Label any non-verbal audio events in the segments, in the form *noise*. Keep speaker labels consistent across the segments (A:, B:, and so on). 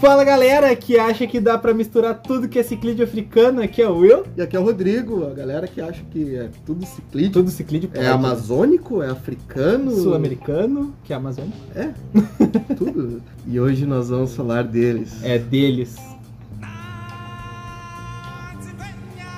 A: Fala galera que acha que dá pra misturar tudo que é ciclídeo africano, aqui é o Will.
B: E aqui é o Rodrigo, a galera que acha que é tudo ciclídeo.
A: Tudo ciclídeo
B: É amazônico, é africano.
A: sul-americano, que é Amazônia.
B: *laughs* Tudo. E hoje nós vamos falar deles.
A: É deles.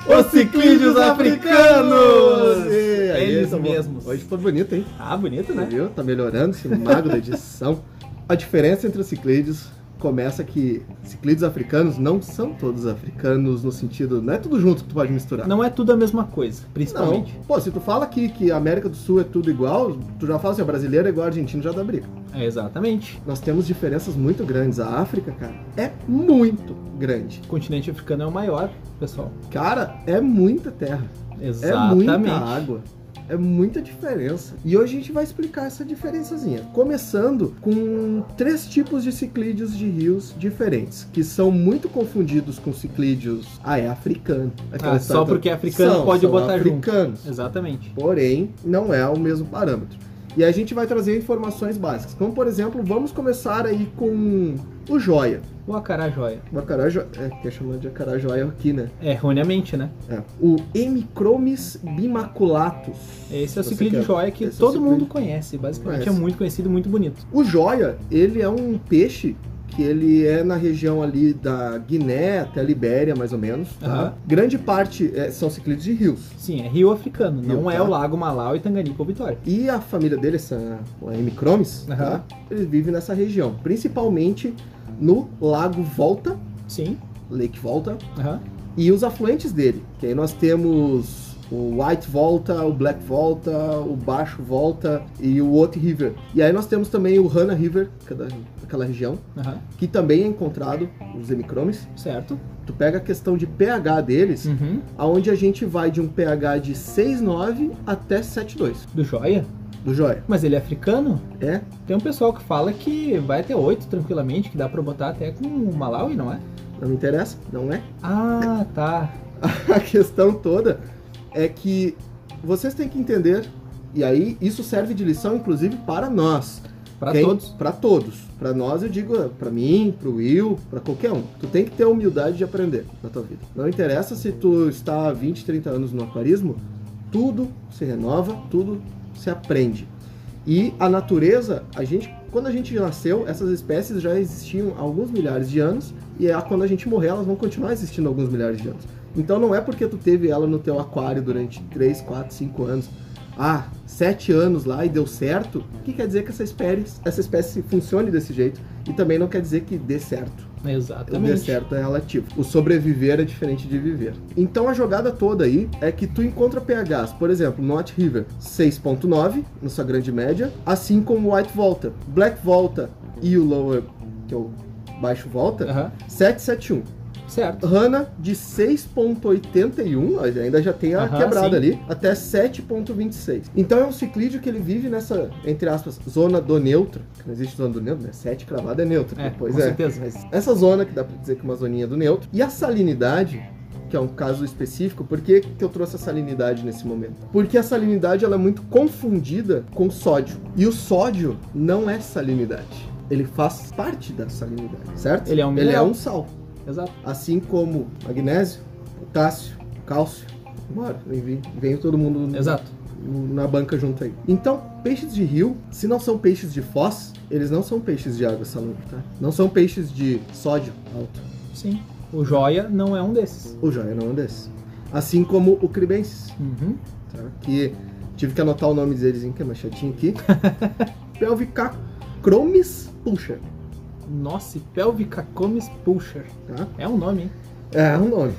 B: Os ciclídeos africanos! E
A: É
B: aí,
A: Eles
B: tá bom.
A: mesmos.
B: Hoje foi bonito, hein?
A: Ah, bonito, né?
B: Viu? Tá melhorando esse mago da edição. A diferença entre os ciclídeos começa que ciclídeos africanos não são todos africanos no sentido, não é tudo junto que tu pode misturar.
A: Não é tudo a mesma coisa,
B: Não.
A: principalmente.
B: Pô, se tu fala aqui que a América do Sul é tudo igual, tu já fala assim, brasileiro é igual argentino, já dá briga.
A: É, exatamente.
B: Nós temos diferenças muito grandes. A África, cara, é muito grande.
A: O continente africano é o maior, pessoal.
B: Cara, é muita terra.
A: Exatamente.
B: É muita água. É muita diferença. E hoje a gente vai explicar essa diferençazinha. Começando com três tipos de ciclídeos de rios diferentes, que são muito confundidos com ciclídeos. Ah, é africano. Aquela
A: Ah,
B: história
A: só
B: toda.
A: porque é africano
B: São,
A: pode
B: são
A: botar junto.
B: africanos.
A: Exatamente.
B: porém não é o mesmo parâmetro. E a gente vai trazer informações básicas. Como, por exemplo, vamos começar aí com o joia.
A: O acarajóia.
B: O acarajó... É, quer chamar de acarajó aqui, né?
A: É, erroneamente, né?
B: É. O Hemicromis bimaculatus.
A: Esse é o
B: Você
A: ciclídeo
B: quer?
A: joia que
B: Esse é o
A: todo
B: ciclídeo.
A: mundo conhece. Basicamente é
B: Conhece.
A: muito conhecido e muito bonito.
B: O joia, ele é um peixe que ele é na região ali da Guiné até a Libéria, mais ou menos. Tá?
A: Aham.
B: Grande parte é, são ciclídeos de rios.
A: Sim, é rio africano,
B: Rio,
A: não é
B: tá.
A: o lago Malau e Tanganica ou Vitória.
B: E a família dele, essa, a Hemicromis,
A: Aham.
B: tá? ele vive nessa região, principalmente no Lago Volta,
A: Sim,
B: Lake Volta,
A: aham.
B: e os afluentes dele. Que aí nós temos o White Volta, o Black Volta, o Baixo Volta e o Oat River. E aí nós temos também o Hana River, que é da- daquela região,
A: aham,
B: que também é encontrado, os Hemicromis.
A: certo.
B: Tu pega a questão de pH deles,
A: Uhum.
B: aonde a gente vai de um pH de 6,9 até 7,2
A: Do joia?
B: do joia.
A: Mas ele é africano?
B: É
A: Tem um pessoal que fala que vai até 8 tranquilamente, que dá pra botar até com o Malawi, não é?
B: Não me interessa, não é. *laughs*
A: Ah, tá.
B: A questão toda é que vocês têm que entender, e aí isso serve de lição inclusive para nós.
A: Pra
B: Quem-
A: todos.
B: Pra todos. Pra nós eu digo, é, pra mim, pro Will, pra qualquer um. Tu tem que ter a humildade de aprender na tua vida. Não interessa se tu está há 20, 30 anos no aquarismo, tudo se renova, tudo se aprende. E a natureza, a gente, quando a gente nasceu, essas espécies já existiam há alguns milhares de anos e a- quando a gente morrer, elas vão continuar existindo há alguns milhares de anos. Então não é porque tu teve ela no teu aquário durante 3, 4, 5 anos, ah, 7 anos lá e deu certo, que quer dizer que essa espécie, essa espécie funcione desse jeito e também não quer dizer que dê certo. O
A: Exatamente.
B: dê certo é relativo. O sobreviver é diferente de viver. Então a jogada toda aí é que tu encontra pHs, por exemplo, North River 6.9, na sua grande média, assim como White Volta, Black Volta e o Lower, que é o baixo Volta,
A: Aham,
B: 771.
A: Certo.
B: Hana de 6.81, ó, ainda já tem a
A: Aham,
B: quebrada
A: sim.
B: ali, até 7.26. Então é um ciclídeo que ele vive nessa, entre aspas, zona do neutro. que Não existe zona do neutro, né? 7 cravada é neutro.
A: É,
B: *laughs* pois
A: com
B: é.
A: certeza.
B: Mas essa zona que dá pra dizer que é uma zoninha do neutro. E a salinidade, que é um caso específico, por que, que eu trouxe a salinidade nesse momento? Porque a salinidade ela é muito confundida com sódio. E o sódio não é salinidade. Ele faz parte da salinidade, certo?
A: Ele é um
B: Ele é
A: mineral.
B: um sal
A: Exato.
B: assim como magnésio, potássio, cálcio. Bora, vem, vem, vem todo mundo no-
A: Exato.
B: no- na banca junto aí. Então, peixes de rio, se não são peixes de foz, eles não são peixes de água salubre, tá? Não são peixes de sódio alto.
A: Sim. O joia não é um desses.
B: O joia não é um desses. Assim como o cribensis,
A: Uhum.
B: tá? Que tive que anotar o nome deles, hein, que é mais chatinho aqui. Pelvica cromis puxa,
A: Nossa, e Pelvica Comis Pusher.
B: tá?
A: É um nome, hein?
B: É, é um nome.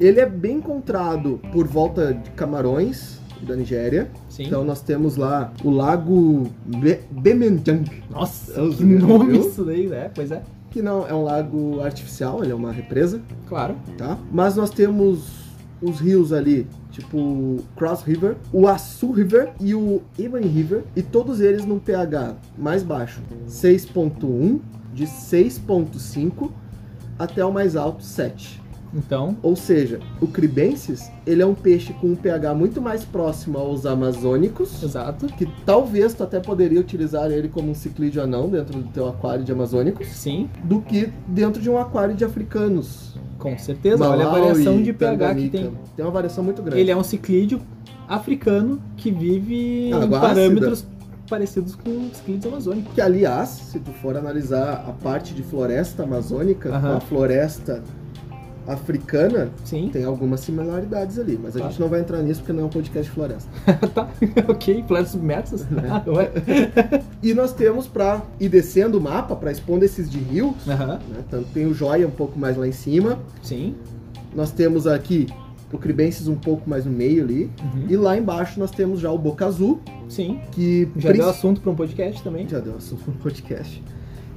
B: Ele é bem encontrado por volta de Camarões, da Nigéria.
A: Sim.
B: Então nós temos lá o lago Be- Bemendjang,
A: Nossa,
B: Deus
A: que
B: Deus,
A: nome
B: é um viu?
A: isso daí, né? Pois é.
B: que não é um lago artificial, ele é uma represa,
A: Claro.
B: tá? Mas nós temos os rios ali, tipo Cross River, o Assu River e o Iban River, e todos eles num pH mais baixo, 6.1 de 6.5 até o mais alto 7.
A: Então,
B: Ou seja, o cribensis, ele é um peixe com um pH muito mais próximo aos amazônicos,
A: exato.
B: que talvez tu até poderia utilizar ele como um ciclídeo anão dentro do teu aquário de amazônicos,
A: Sim,
B: do que dentro de um aquário de africanos.
A: com certeza. Olha a
B: É. Malawi,
A: variação de pH que tem.
B: Tanganyika. Tem uma variação muito grande.
A: Ele é um ciclídeo africano que vive em
B: Água Ah, ácida.
A: parâmetros parecidos com os ciclídeos amazônicos.
B: Que, aliás, se tu for analisar a parte de floresta amazônica com
A: Aham.
B: a floresta africana,
A: Sim, *laughs*
B: tem algumas similaridades ali, mas a
A: Tá.
B: gente não vai entrar nisso porque não é um podcast de floresta.
A: tá. ok, planos submersas. Ah, ué.
B: É. E nós temos pra ir descendo o mapa, pra expondo esses de rios,
A: *laughs* Aham,
B: né? Tanto tem o joia um pouco mais lá em cima,
A: Sim.
B: nós temos aqui o cribensis um pouco mais no meio ali,
A: uhum,
B: e lá embaixo nós temos já o boca azul,
A: Sim.
B: que
A: Já
B: princi-
A: deu assunto para um podcast também.
B: Já deu assunto no podcast.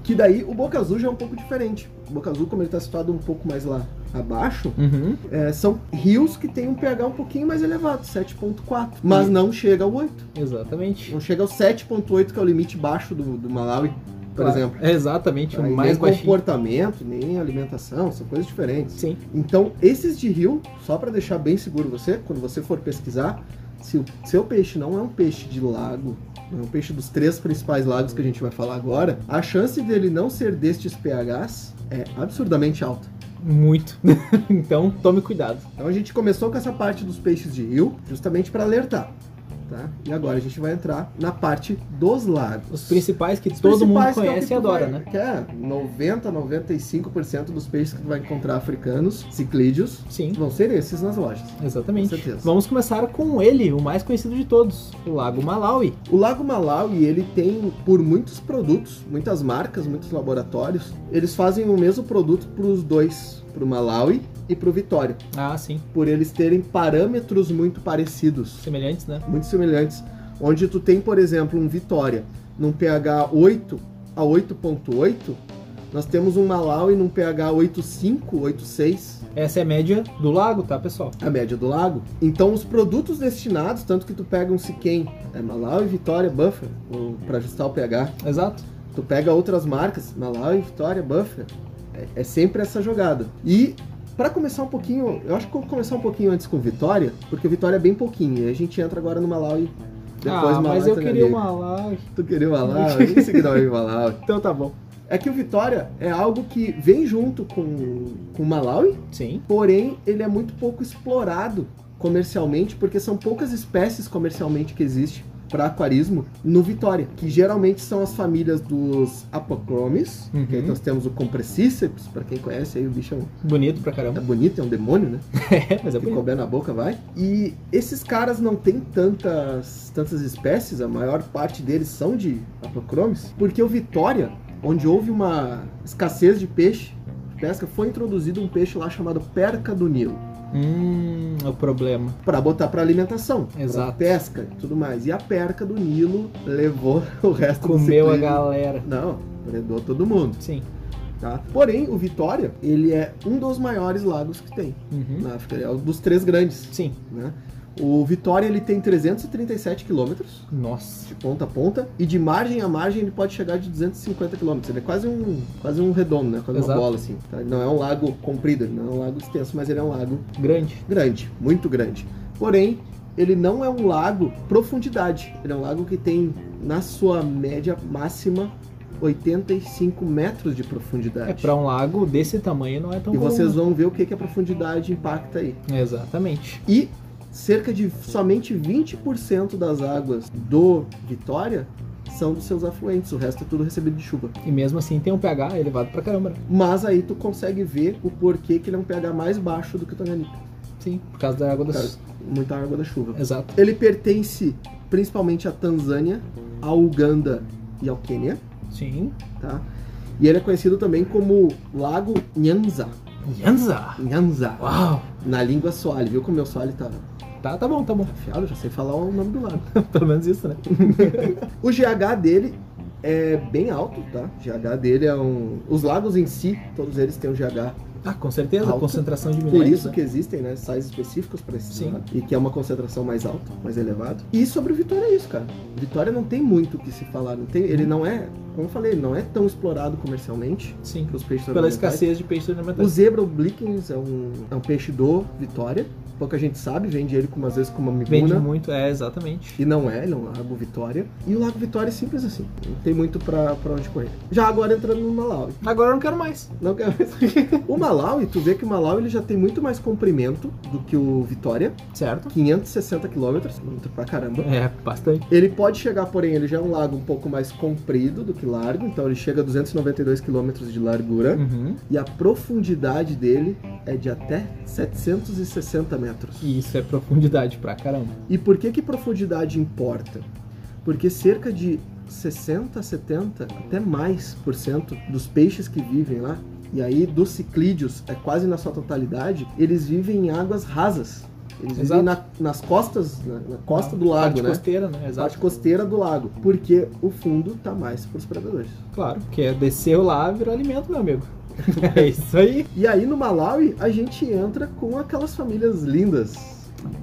B: Que daí o Boca Azul já é um pouco diferente. O Boca Azul, como ele está situado um pouco mais lá abaixo,
A: Uhum.
B: é, são rios que tem um pH um pouquinho mais elevado, 7.4. Mas não chega ao 8.
A: Exatamente.
B: Não chega ao 7.8, que é o limite baixo do, do Malawi, por
A: Claro,
B: exemplo.
A: É exatamente, o
B: Aí
A: mais
B: nem
A: baixinho.
B: comportamento, nem alimentação, são coisas diferentes.
A: Sim.
B: Então, esses de rio, só para deixar bem seguro você, quando você for pesquisar, se o seu peixe não é um peixe de lago, não é um peixe dos três principais lagos que a gente vai falar agora, a chance dele não ser destes pHs é absurdamente alta.
A: Muito. *laughs* então, tome cuidado.
B: Então, a gente começou com essa parte dos peixes de rio, justamente para alertar. Tá? E agora a gente vai entrar na parte dos lagos.
A: Os principais que
B: Os
A: todo mundo
B: principais, que é o que
A: conhece
B: tu
A: e adora,
B: vai-
A: né?
B: Que é 90, 95% dos peixes que tu vai encontrar africanos, ciclídeos,
A: Sim,
B: vão ser esses nas lojas.
A: exatamente.
B: Com certeza.
A: Vamos começar com ele, o mais conhecido de todos, o Lago Malawi.
B: O Lago Malawi, ele tem por muitos produtos, muitas marcas, muitos laboratórios, eles fazem o mesmo produto para os dois, para o Malawi e para o Vitória,
A: Ah, sim,
B: por eles terem parâmetros muito parecidos,
A: semelhantes, né?
B: muito semelhantes, onde tu tem, por exemplo, um Vitória num pH 8 a 8.8, nós temos um Malawi num pH 8.5, 8.6,
A: Essa é a média do lago, tá, pessoal?
B: a média do lago. Então os produtos destinados, tanto que tu pega um Siquem, é Malawi, Vitória, Buffer, para ajustar o pH,
A: Exato.
B: Tu pega outras marcas, Malawi, Vitória, Buffer. É, é sempre essa jogada. E pra começar um pouquinho, eu acho que eu vou começar um pouquinho antes com Vitória, porque o Vitória é bem pouquinho. E aí a gente entra agora no Malawi. Depois
A: ah,
B: Malawi é
A: mas eu queria
B: Tanganyika.
A: uma Malawi.
B: Tu queria o Malawi? Isso que não é Malawi.
A: Então tá bom.
B: É que o Vitória é algo que vem junto com, com o Malawi,
A: Sim,
B: porém ele é muito pouco explorado comercialmente, porque são poucas espécies comercialmente que existem para aquarismo no Vitória, que geralmente são as famílias dos apocromes,
A: Uhum.
B: que aí nós temos o compressíceps, para quem conhece aí o bicho é, um-
A: bonito pra
B: é
A: caramba.
B: bonito, é um demônio, né?
A: *laughs* É, mas é
B: que
A: bonito.
B: couber na boca vai. E esses caras não têm tantas, tantas espécies, a maior parte deles são de apocromes, porque o Vitória, onde houve uma escassez de peixe, de pesca, foi introduzido um peixe lá chamado perca do Nilo.
A: Hum, é o problema.
B: Pra botar pra alimentação, pra
A: Exato.
B: pesca e tudo mais. E a perca do Nilo levou *laughs* o resto do
A: Comeu a
B: ciclismo.
A: galera.
B: Não, predou todo mundo,
A: Sim.
B: tá? Porém, o Vitória, ele é um dos maiores lagos que tem
A: Uhum.
B: na África, é um dos três grandes,
A: Sim.
B: né? O Vitória, ele tem 337 quilômetros
A: Nossa.
B: de ponta a ponta e de margem a margem ele pode chegar de 250 quilômetros. Ele é quase um, quase um redondo, né? Quase
A: Exato.
B: uma bola, assim. tá? Ele não é um lago comprido, ele não é um lago extenso, mas ele é um lago
A: Grande.
B: grande, muito grande. Porém, ele não é um lago profundidade. Ele é um lago que tem, na sua média máxima, 85 metros de profundidade.
A: É pra um lago desse tamanho não é tão
B: E
A: comum.
B: vocês vão ver o que, que a profundidade impacta aí.
A: Exatamente.
B: E cerca de somente 20% das águas do Vitória são dos seus afluentes, o resto é tudo recebido de chuva.
A: E mesmo assim tem um pH elevado pra caramba, né?
B: Mas aí tu consegue ver o porquê que ele é um pH mais baixo do que o Tanganica.
A: Sim, por causa da água das...
B: Muita água da chuva.
A: Exato.
B: Ele pertence principalmente à Tanzânia, à Uganda e ao Quênia,
A: Sim.
B: tá? E ele é conhecido também como Lago Nyanza.
A: Yanza!
B: Nyanza.
A: Uau!
B: Na língua soali, viu como meu soali tá
A: Tá, tá bom, tá
B: *laughs*
A: bom.
B: afiado? Eu Já sei falar o nome do lago.
A: Pelo menos isso, né?
B: O GH dele é bem alto, tá? O GH dele é um... Os lagos em si, todos eles têm um GH
A: Ah, com certeza,
B: Alta.
A: concentração de
B: Por
A: minério.
B: isso
A: né?
B: que existem, né, sais específicos para esse
A: Sim.
B: lado, e que é uma concentração mais alta, mais elevada. E sobre o Vitória é isso, cara. Vitória não tem muito o que se falar, não tem, ele não é, como eu falei, não é tão explorado comercialmente
A: Sim.
B: pelos peixes
A: Pela
B: ornamentais.
A: escassez né? de peixes
B: O
A: ornamentais.
B: zebra obliquens é um, é um peixe do Vitória, pouca gente sabe, vende ele com umas vezes com uma
A: Vende
B: miguna.
A: muito, é, exatamente.
B: E não é, ele é um lago Vitória. E o lago Vitória é simples assim, não tem muito pra, pra onde correr. Já agora entrando no Malawi.
A: Agora eu não quero mais.
B: Não quero mais. O Malawi, tu vê que o Malawi ele já tem muito mais comprimento do que o Vitória,
A: Certo?
B: 560 quilômetros, quilômetro pra caramba.
A: É, bastante.
B: Ele pode chegar, porém, ele já é um lago um pouco mais comprido do que largo, então ele chega a 292 quilômetros de largura
A: Uhum.
B: e a profundidade dele é de até 760 metros.
A: E isso é profundidade pra caramba.
B: E por que que profundidade importa? Porque cerca de 60, 70, até mais por cento dos peixes que vivem lá, e aí dos ciclídeos, é quase na sua totalidade, eles vivem em águas rasas. Eles
A: Exato.
B: vivem na- nas costas, na, na costa do lago,
A: Parte
B: né?
A: costeira, né?
B: Na parte
A: Exato.
B: costeira do lago, porque o fundo tá mais pros predadores.
A: Claro, é porque desceu lá, virou alimento, meu amigo. *laughs* É isso aí.
B: E aí no Malawi, a gente entra com aquelas famílias lindas,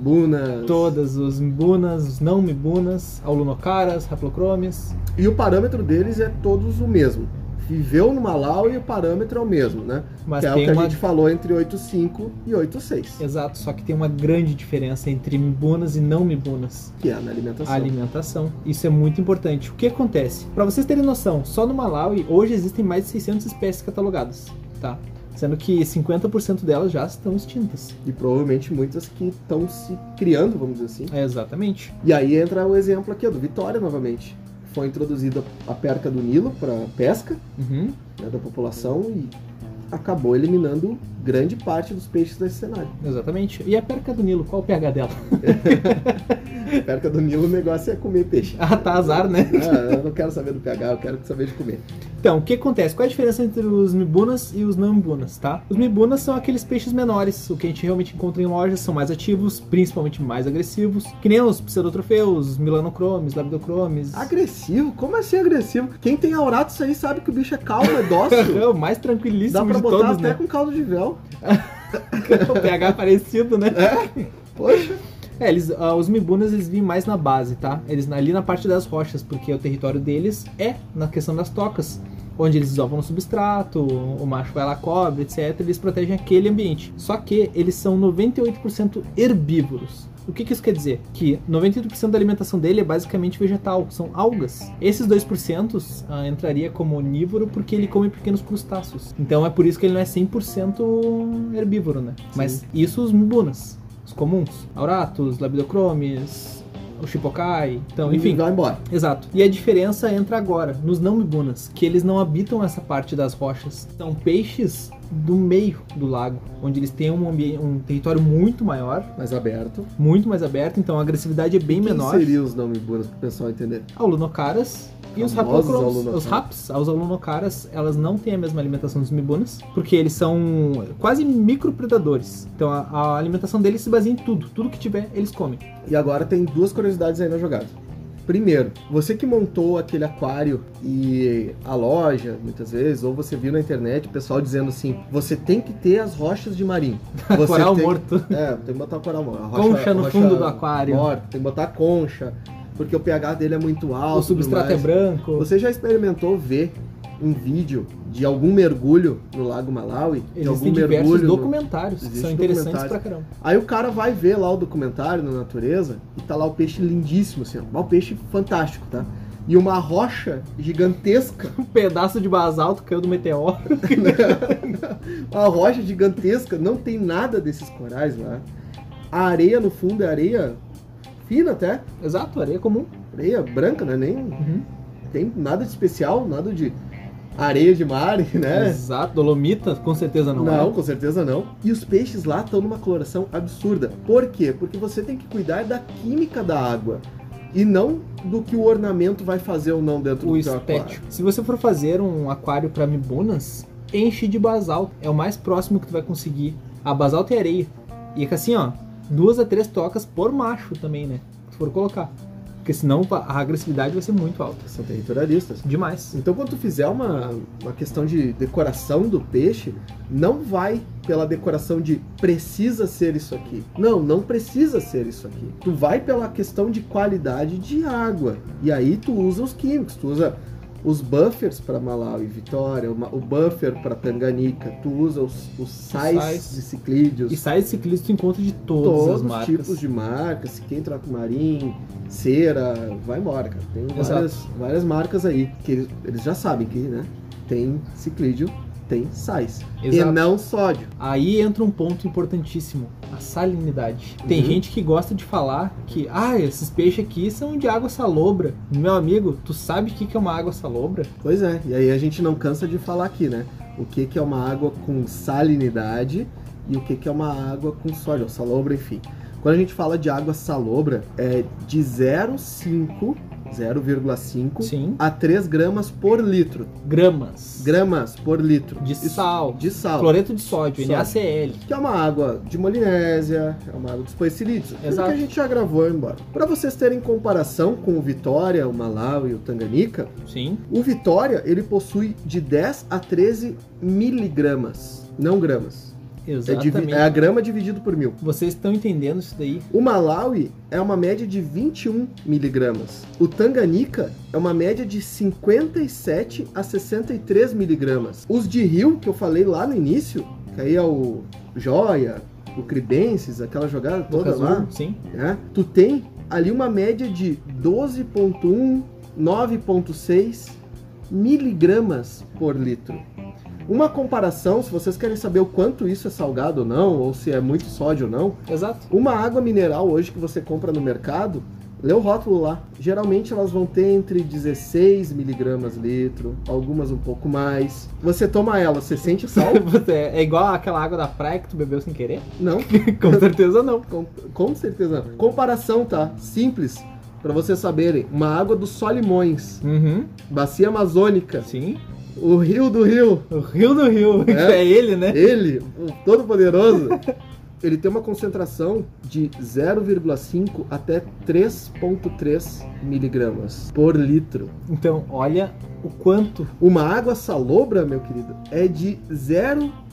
B: bunas,
A: Todas os mbunas, os não mbunas, aulonocaras, haplocromes.
B: E o parâmetro deles é todos o mesmo. Viveu no Malawi e o parâmetro é o mesmo, né?
A: Mas
B: que é o
A: tem
B: que
A: uma.
B: a gente falou entre 8.5 e 8.6,
A: Exato, só que tem uma grande diferença entre mbunas e não mbunas.
B: que é na alimentação.
A: A alimentação. Isso é muito importante. O que acontece? Para vocês terem noção, só no Malawi hoje existem mais de 600 espécies catalogadas, tá? Sendo que 50% delas já estão extintas.
B: E provavelmente muitas que estão se criando, vamos dizer assim.
A: É, exatamente.
B: E aí entra o exemplo aqui ó, do Vitória novamente. Foi introduzida a perca do Nilo para pesca
A: Uhum.
B: né, da população e acabou eliminando grande parte dos peixes desse cenário.
A: Exatamente. E a perca do Nilo, qual o pH dela? *laughs*
B: A perca do Nilo, o negócio é comer peixe. *laughs*
A: Ah, tá azar, né?
B: Ah, eu não quero saber do pH, eu quero saber de comer.
A: Então, o que acontece? Qual é a diferença entre os mibunas e os não mibunas, tá? Os mibunas são aqueles peixes menores, o que a gente realmente encontra em lojas, são mais ativos, principalmente mais agressivos, que nem os pseudotrofeus, milanocromes, labidocromes.
B: Ah, Agressivo? Como assim agressivo? Quem tem auratus aí sabe que o bicho é calmo, é
A: *laughs*
B: dócil.
A: É o mais
B: Dá
A: tranquilíssimo
B: pra
A: de
B: botar
A: todos,
B: até
A: né?
B: com caldo de véu.
A: *laughs* o pH parecido, *laughs* né?
B: Poxa.
A: É, eles, ah, os mibunas eles vivem mais na base, tá? Eles na- ali na parte das rochas, porque o território deles é na questão das tocas, onde eles desovam no substrato, o macho vai lá cobre, etc. Eles protegem aquele ambiente. Só que eles são 98% herbívoros. O que, que isso quer dizer? Que 98% da alimentação dele é basicamente vegetal, são algas. Esses 2% ah, entraria como onívoro porque ele come pequenos crustáceos. Então é por isso que ele não é 100% herbívoro, né? Mas isso os mibunas os comuns, auratus, labidocromes, o chipokai, então,
B: E
A: enfim,
B: vai embora.
A: exato. E a diferença entra agora nos não mibunas, que eles não habitam essa parte das rochas, são peixes do meio do lago, onde eles têm um, ambi- um território muito maior,
B: Mais aberto.
A: muito mais aberto, então a agressividade é bem
B: Quem
A: menor.
B: seriam os nomes buras pro pessoal entender?
A: Alunocaras e os
B: Famosos
A: rapocromes.
B: alunocaras.
A: Os raps, os alunocaras, elas não têm a mesma alimentação dos mibunas, porque eles são quase micropredadores. Então a, a alimentação deles se baseia em tudo, tudo que tiver eles comem.
B: E agora tem duas curiosidades aí na jogada. Primeiro, você que montou aquele aquário e a loja, muitas vezes, ou você viu na internet o pessoal dizendo assim: você tem que ter as rochas
A: *laughs*
B: de marinho. *laughs* Você
A: coral
B: tem...
A: morto.
B: É, tem que botar o coral morto. A rocha-
A: Concha no
B: rocha
A: fundo do aquário.
B: morta, tem que botar concha, porque o pH dele é muito alto.
A: o substrato é
B: tudo mais.
A: branco.
B: Você já experimentou ver um vídeo de algum mergulho no Lago Malawi? de algum
A: Existem diversos
B: no-
A: documentários que
B: Existe
A: são interessantes pra
B: documentário.
A: caramba.
B: Aí o cara vai ver lá o documentário na natureza e tá lá o peixe lindíssimo, assim, ó. Um peixe fantástico, tá? E uma rocha gigantesca, *laughs*
A: Um pedaço de basalto caiu do meteoro. *laughs*
B: uma rocha gigantesca, não tem nada desses corais lá. A areia no fundo é areia fina até,
A: Exato, areia comum.
B: areia branca, né? Nem
A: Uhum.
B: tem nada de especial, nada de areia de mar, *laughs* né?
A: É? Exato, dolomita, com certeza não.
B: Não,
A: é.
B: com certeza não. E os peixes lá estão numa coloração absurda. Por quê? Porque você tem que cuidar da química da água e não do que o ornamento vai fazer ou não dentro
A: O
B: do teu aquário.
A: estético. Se você for fazer um aquário pra mibunas, enche de basalto. É o mais próximo que tu vai conseguir. A basalto e é areia. E é que assim, ó, duas a três tocas por macho também, né? Se for colocar. Porque senão a agressividade vai ser muito alta.
B: São territorialistas.
A: Demais.
B: Então, quando tu fizer uma, uma questão de decoração do peixe, não vai pela decoração de precisa ser isso aqui. Não, não precisa ser isso aqui. Tu vai pela questão de qualidade de água. E aí tu usa os químicos, tu usa os buffers para Malau e Vitória, uma- o buffer para Tanganica, tu usa os, os sais,
A: sais.
B: de ciclídeos.
A: E sai esse ciclista tu encontra de todas as
B: Todos os
A: marcas.
B: tipos de marcas, quem troca marim, cera, vai embora, cara. Tem
A: Exato.
B: várias, várias marcas aí, que eles, eles já sabem que, né? Tem ciclídeo, tem sais.
A: Exato.
B: E não sódio.
A: Aí entra um ponto importantíssimo, a salinidade. Tem
B: Uhum.
A: gente que gosta de falar que, ah, esses peixes aqui são de água salobra. Meu amigo, tu sabe o que que é uma água salobra?
B: Pois é, e aí a gente não cansa de falar aqui, né? O que, que é uma água com salinidade e o que, que é uma água com sódio, ou salobra, enfim. Quando a gente fala de água salobra, é de 0,5, 0,5
A: Sim.
B: a 3 gramas por litro.
A: Gramas.
B: Gramas por litro.
A: De
B: Isso-
A: sal.
B: De sal.
A: Cloreto de sódio,
B: Sódio.
A: NaCl.
B: Que é uma água de Molinésia, é uma água dos Poecirídeos. Tudo
A: Exato.
B: que a gente já gravou é embora. Para vocês terem comparação com o Vitória, o Malau e o Tanganica,
A: Sim.
B: o Vitória, ele possui de 10 a 13 miligramas, não gramas. É, divi-
A: Exatamente.
B: é a grama dividido por mil.
A: Vocês estão entendendo isso daí?
B: O Malawi é uma média de 21 miligramas. O Tanganica é uma média de 57 a 63 miligramas. Os de rio, que eu falei lá no início, que aí é o Joia, o Cribensis, aquela jogada toda
A: Lucas
B: lá,
A: Hugo, Sim.
B: né? Tu tem ali uma média de 12.1, 9.6 miligramas por litro. Uma comparação, se vocês querem saber o quanto isso é salgado ou não, ou se é muito sódio ou não,
A: Exato. *laughs*
B: uma água mineral hoje que você compra no mercado, lê o rótulo lá. Geralmente elas vão ter entre 16 miligramas litro, algumas um pouco mais. Você toma ela, você sente
A: *laughs*
B: sal?
A: É é igual aquela água da praia que tu bebeu sem querer? *laughs*
B: Não,
A: Com certeza não.
B: com, com certeza. não. Comparação, tá? Simples. Pra vocês saberem, uma água do Solimões,
A: Uhum.
B: bacia amazônica,
A: Sim.
B: o rio do rio,
A: O Rio do Rio, *laughs* que
B: É.
A: é ele, né?
B: ele, o todo poderoso, ele tem uma concentração de 0,5 até 3,3 miligramas por litro.
A: Então, olha o quanto
B: Uma água salobra, meu querido, é de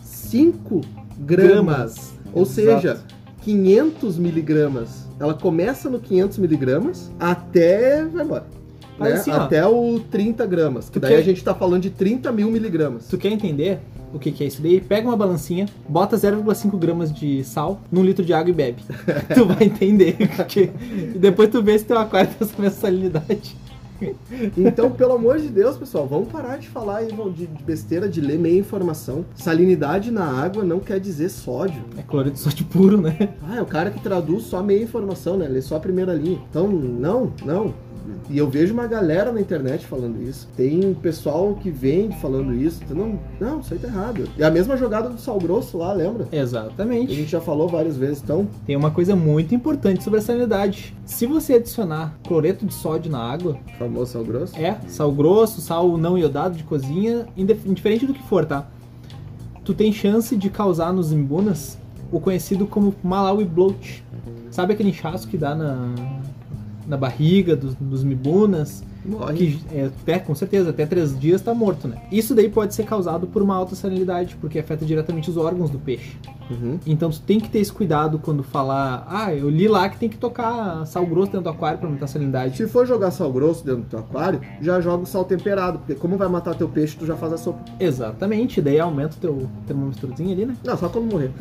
B: 0,5 gramas. Ou
A: Exato.
B: seja, 500 miligramas. Ela começa no 500 miligramas até. vai embora.
A: Mas
B: né?
A: assim, ó.
B: até o 30 gramas. Que
A: Tu
B: daí
A: quer-
B: a gente tá falando de 30
A: *laughs*
B: mil miligramas.
A: Tu quer entender o que, que é isso daí? Pega uma balancinha, bota 0,5 gramas de sal num litro de água e bebe. tu vai entender. Porque... E depois tu vê se teu aquário tem essa mesma salinidade.
B: Então, pelo amor de Deus, pessoal, vamos parar de falar aí, vamos, de, de besteira, de ler meia informação. Salinidade na água não quer dizer sódio.
A: É cloreto de sódio puro, né?
B: Ah, é o cara que traduz só meia informação, né? Lê só a primeira linha. Então, não, não. E eu vejo uma galera na internet falando isso. Tem um pessoal que vem falando isso. Então, não, não, isso aí tá errado. É a mesma jogada do Sal Grosso lá, lembra? A
A: Exatamente.
B: gente já falou várias vezes, então.
A: Tem uma coisa muito importante sobre a salinidade. Se você adicionar cloreto de sódio na água,
B: Famoso Sal Grosso.
A: É, sal grosso, sal não iodado de cozinha, indif- indiferente do que for, tá? Tu tem chance de causar nos imbunas o conhecido como Malawi bloat. Sabe aquele inchaço que dá na, na barriga dos, dos mibunas?
B: Morre.
A: Que é, até, com certeza, até três dias tá morto, né? Isso daí pode ser causado por uma alta salinidade, porque afeta diretamente os órgãos do peixe.
B: Uhum.
A: Então tu tem que ter esse cuidado quando falar, ah, eu li lá que tem que tocar sal grosso dentro do aquário pra aumentar a salinidade.
B: Se for jogar sal grosso dentro do teu aquário, já joga o sal temperado, porque como vai matar teu peixe, tu já faz a sopa.
A: Exatamente, daí aumenta o teu termômetrozinho ali, né?
B: Não, só quando morrer.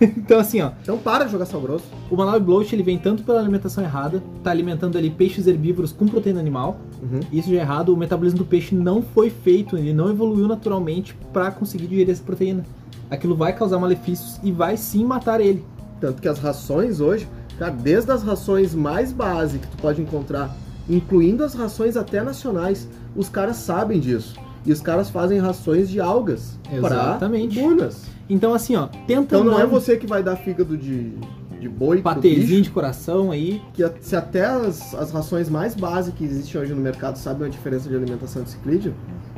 A: Então assim, ó,
B: Então para de jogar sal grosso.
A: o Malawi bloat ele vem tanto pela alimentação errada, tá alimentando ali peixes herbívoros com proteína animal,
B: Uhum.
A: isso já é errado, o metabolismo do peixe não foi feito, ele não evoluiu naturalmente pra conseguir digerir essa proteína. Aquilo vai causar malefícios e vai sim matar ele.
B: Tanto que as rações hoje, cara, desde as rações mais básicas que tu pode encontrar, incluindo as rações até nacionais, os caras sabem disso. E os caras fazem rações de algas para
A: Exatamente.
B: dunas.
A: Então assim, ó, tenta
B: Então não é você que vai dar fígado de, de boi, pro
A: patezinho
B: bicho,
A: de coração aí,
B: que a- se até as, as rações mais básicas que existem hoje no mercado sabem a diferença de alimentação de ciclídeo,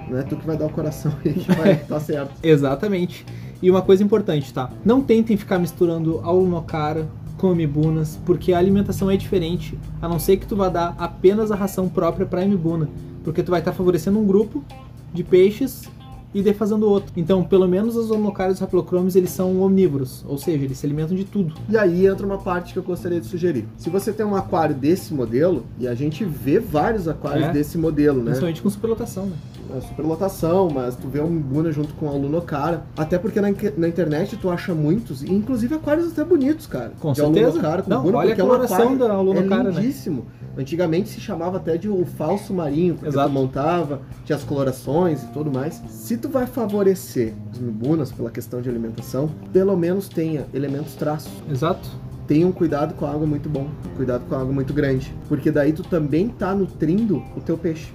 B: não é tu que vai dar o coração aí que *laughs* vai tá certo.
A: Exatamente. E uma coisa importante, tá? Não tentem ficar misturando alunocara come bunas, porque a alimentação é diferente, a não ser que tu vá dar apenas a ração própria para a imibuna, porque tu vai estar favorecendo um grupo de peixes e defazendo outro. Então, pelo menos os homocardos rapilocromes, eles são omnívoros, ou seja, eles se alimentam de tudo.
B: E aí entra uma parte que eu gostaria de sugerir. Se você tem um aquário desse modelo, e a gente vê vários aquários
A: É.
B: desse modelo, né?
A: Principalmente com superlotação, né?
B: a superlotação, mas tu vê um Buna junto com o aluno cara. Até porque na, inque- na internet tu acha muitos, e inclusive aquários até bonitos, cara.
A: Com
B: de
A: certeza.
B: aluno cara, com
A: Não,
B: Buna,
A: olha a
B: porque é um
A: coloração
B: aquário-
A: da aluno cara,
B: é
A: né?
B: lindíssimo. Antigamente se chamava até de o falso marinho, porque
A: Exato.
B: tu montava, tinha as colorações e tudo mais. Se tu vai favorecer os mibunas pela questão de alimentação, pelo menos tenha elementos traços
A: Exato.
B: tenha um cuidado com a água muito bom, cuidado com a água muito grande, porque daí tu também tá nutrindo o teu peixe.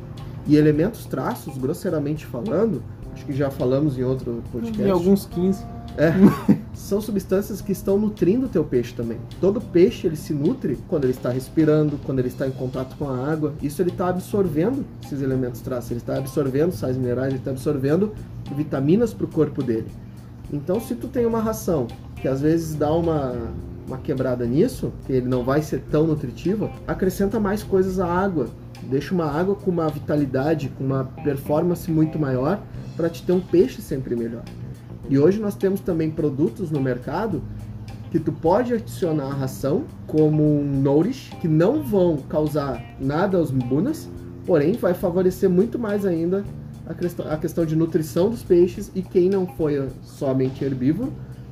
B: E elementos traços, grosseiramente falando, acho que já falamos em outro podcast,
A: E alguns 15.
B: são substâncias que estão nutrindo o teu peixe também. Todo peixe ele se nutre quando ele está respirando, quando ele está em contato com a água. Isso ele está absorvendo esses elementos traços, ele está absorvendo sais minerais, ele está absorvendo vitaminas para o corpo dele. Então, se tu tem uma ração que às vezes dá uma, uma quebrada nisso, que ele não vai ser tão nutritiva, acrescenta mais coisas à água. Deixa uma água com uma vitalidade, com uma performance muito maior, para te ter um peixe sempre melhor. E hoje nós temos também produtos no mercado que tu pode adicionar à ração como um nourish, que não vão causar nada aos mbunas, porém vai favorecer muito mais ainda a questão, a questão de nutrição dos peixes e quem não foi somente herbívoro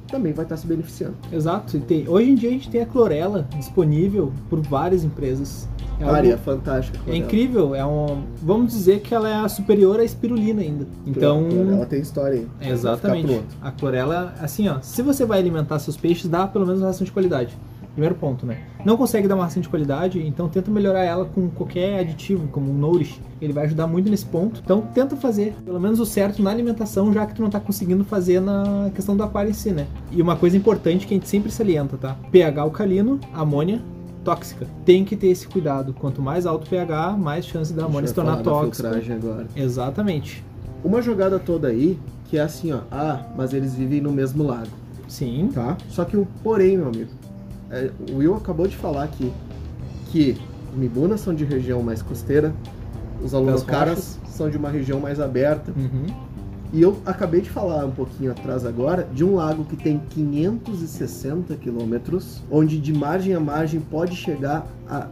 B: também vai estar se beneficiando.
A: Exato. E tem- hoje em dia a gente tem a clorela disponível por várias empresas. É algo-
B: Cara, é fantástico.
A: É incrível, é um. Vamos dizer que ela é superior à espirulina ainda. Então.
B: Ela tem história aí.
A: É,
B: Vai
A: Exatamente.
B: ficar pro outro.
A: A clorela, assim, ó, se você vai alimentar seus peixes, dá pelo menos uma ração de qualidade. Primeiro ponto, né? Não consegue dar uma ração de qualidade, então tenta melhorar ela com qualquer aditivo, como um nourish. Ele vai ajudar muito nesse ponto. Então tenta fazer pelo menos o certo na alimentação, já que tu não tá conseguindo fazer na questão do aquário em si, né? E uma coisa importante que a gente sempre salienta, tá? pH alcalino, amônia tóxica. Tem que ter esse cuidado. Quanto mais alto o pH, mais chance da
B: A gente
A: amônia
B: vai
A: se tornar
B: falar da
A: tóxica.
B: filtragem agora.
A: Exatamente.
B: Uma jogada toda aí que é assim, ó. Ah, mas eles vivem no mesmo lago.
A: Sim.
B: tá? Só que o porém, meu amigo, é, o Will acabou de falar aqui que os Mibunas são de região mais costeira, os alunocaras são de uma região mais aberta.
A: Uhum.
B: E eu acabei de falar um pouquinho atrás agora de um lago que tem 560 quilômetros, onde de margem a margem pode chegar a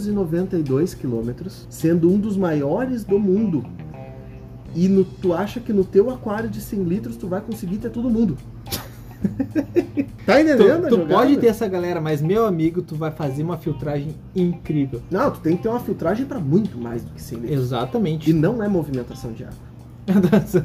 B: 292 quilômetros, sendo um dos maiores do mundo. E no- tu acha que no teu aquário de 100 litros tu vai conseguir ter todo mundo? *laughs* tá
A: Tu,
B: entendendo? a
A: tu
B: jogada?
A: pode ter essa galera, mas meu amigo, tu vai fazer uma filtragem incrível.
B: Não, tu tem que ter uma filtragem para muito mais do que 100 litros. E
A: *laughs* Exatamente.
B: não é movimentação de água. Isso
A: a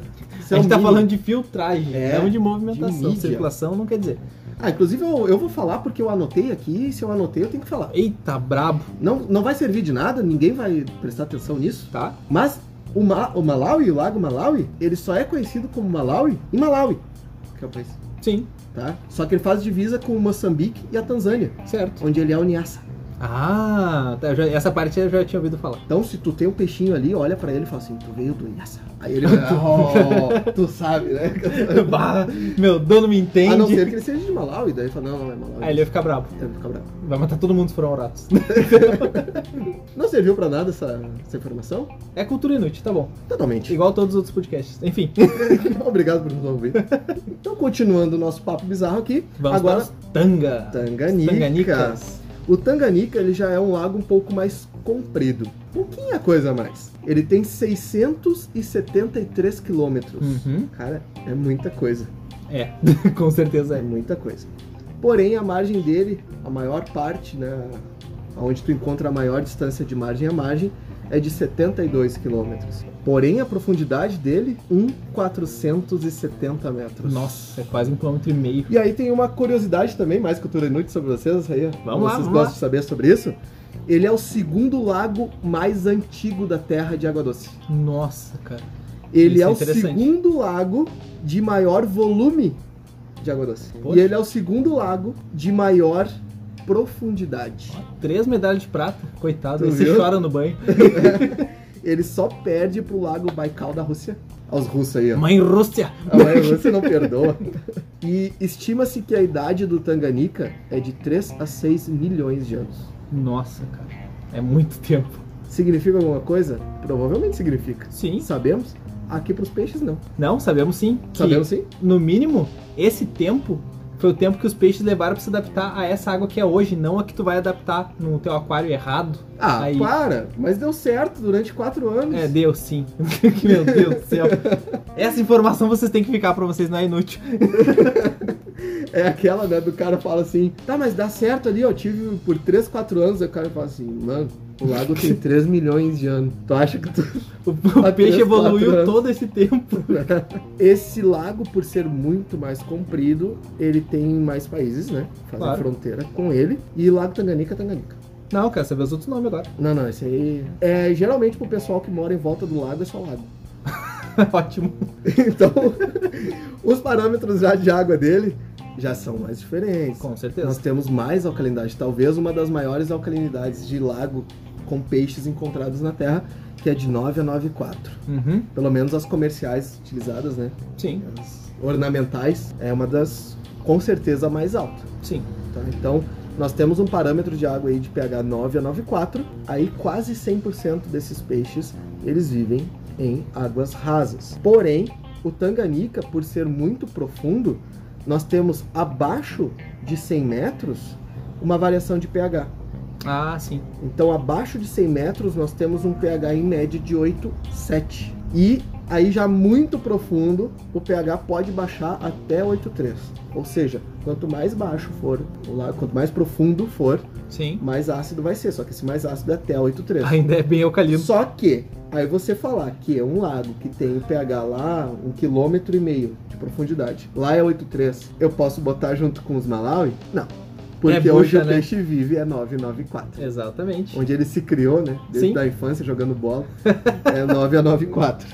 A: gente
B: é o
A: tá
B: mínimo.
A: falando de filtragem,
B: É,
A: não de movimentação.
B: de mídia.
A: Circulação não quer dizer.
B: Ah, inclusive eu, eu vou falar porque eu anotei aqui e se eu anotei eu tenho que falar.
A: Eita, brabo,
B: Não, não vai servir de nada, ninguém vai prestar atenção nisso.
A: tá?
B: Mas o, Ma- o Malawi, o lago Malawi, ele só é conhecido como Malawi em Malawi, que é o país,
A: Sim,
B: tá? Só que ele faz divisa com o Moçambique e a Tanzânia,
A: certo.
B: onde ele é o Nyassa.
A: Ah, tá, eu já- essa parte eu já tinha ouvido
B: *laughs*
A: falar.
B: Então, se tu tem um peixinho ali, olha pra ele e fala assim, tu veio do Nyassa. Aí
A: *laughs*
B: ele vai, oh, *laughs* tu sabe, né?
A: Bah, meu dono me
B: A Ah, não
A: entende.
B: ser que ele seja de Malawi, daí ele fala, não, não é Malawi.
A: Aí ele ia ficar brabo.
B: Ele fica bravo.
A: Vai matar todo mundo se for um rato.
B: Não serviu pra nada essa, essa informação?
A: *laughs* É cultura inútil, tá bom.
B: Totalmente.
A: Igual todos os outros podcasts. Enfim,
B: *laughs* Obrigado por nos ouvir. Então, continuando o nosso papo bizarro aqui,
A: vamos
B: *laughs* agora
A: para os tanga.
B: Tanganica.
A: Tanganicas.
B: O Tanganica ele já é um lago um pouco mais comprido, pouquinha coisa a mais. Ele tem 673 quilômetros.
A: Uhum.
B: Cara, é muita coisa,
A: É, *laughs* com certeza
B: é
A: é.
B: muita coisa. Porém, a margem dele, a maior parte, né, onde tu encontra a maior distância de margem a margem, é de 72 quilômetros. Porém, a profundidade dele, 1,470 metros.
A: Nossa, é quase um quilômetro e meio.
B: E aí tem uma curiosidade também, mais cultura inútil sobre vocês aí. ó.
A: Vamos lá,
B: Vocês
A: vamos
B: gostam
A: lá.
B: de saber sobre isso? Ele é o segundo lago mais antigo da Terra de Água Doce.
A: Nossa, cara.
B: Ele
A: Isso é
B: é o
A: interessante.
B: segundo lago de maior volume de água doce.
A: Poxa.
B: E ele é o segundo lago de maior profundidade.
A: Três medalhas de prata, coitado,
B: Tu
A: aí você *laughs*
B: viu?
A: chora no banho.
B: Ele só perde pro lago Baikal da Rússia. Aos russos aí, ó.
A: Mãe Rússia!
B: A mãe russa não perdoa. E estima-se que a idade do Tanganica é de 3 a 6 milhões de anos.
A: Nossa, cara. É muito tempo.
B: Significa alguma coisa? Provavelmente significa.
A: Sim.
B: Sabemos? Aqui pros peixes, não.
A: Não, sabemos sim. que,
B: Sabemos sim?
A: No mínimo, esse tempo foi o tempo que os peixes levaram pra se adaptar a essa água que é hoje, não a que tu vai adaptar no teu aquário errado.
B: Ah,
A: Aí.
B: para! Mas deu certo durante quatro anos.
A: É, Deus, sim. *laughs* Meu Deus do céu. Essa informação vocês têm que ficar pra vocês, não é inútil.
B: É aquela, né, do cara fala assim, tá, mas dá certo ali, ó, tive por 3, 4 anos, aí o cara fala assim, mano, o lago
A: *laughs*
B: tem 3 milhões de anos. Tu acha que tu...
A: O, o peixe
B: três, quatro
A: evoluiu
B: anos.
A: todo esse tempo.
B: né? Esse lago, por ser muito mais comprido, ele tem mais países, né, fazem
A: Claro.
B: fronteira com ele, e lago Tanganica, Tanganica.
A: Não, quero saber os outros nomes agora.
B: Não, não, esse aí... É, geralmente pro pessoal que mora em volta do lago, é só lago.
A: *laughs* Ótimo.
B: *laughs* Então, os parâmetros já de água dele já são mais diferentes.
A: Com
B: Nós
A: certeza.
B: temos mais alcalinidade, talvez uma das maiores alcalinidades de lago com peixes encontrados na Terra, que é de 9 a 9,4.
A: Uhum,
B: Pelo menos as comerciais utilizadas, né?
A: sim,
B: As ornamentais, é uma das, com certeza, a mais alta.
A: sim.
B: tá? Então, nós temos um parâmetro de água aí de pH 9 a 9,4. Aí, quase 100% desses peixes, eles vivem em águas rasas. Porém, o Tanganica, por ser muito profundo, nós temos abaixo de 100 metros uma variação de pH.
A: Ah, sim.
B: Então, abaixo de 100 metros, nós temos um pH em média de 8,7. E aí, já muito profundo, o pH pode baixar até 8,3. Ou seja, quanto mais baixo for, o lago, quanto mais profundo for,
A: Sim.
B: mais ácido vai ser. Só que esse mais ácido é até 8,3.
A: Ainda é bem alcalino.
B: Só que, aí você falar que é um lago que tem o pH lá, um quilômetro e meio de profundidade, lá é 8,3, eu posso botar junto com os Malawi? Não. Porque
A: É bucha,
B: hoje o
A: né?
B: peixe vive é 994
A: Exatamente.
B: onde ele se criou, né? Desde
A: Sim.
B: a infância jogando bola. É 9 a 9 4.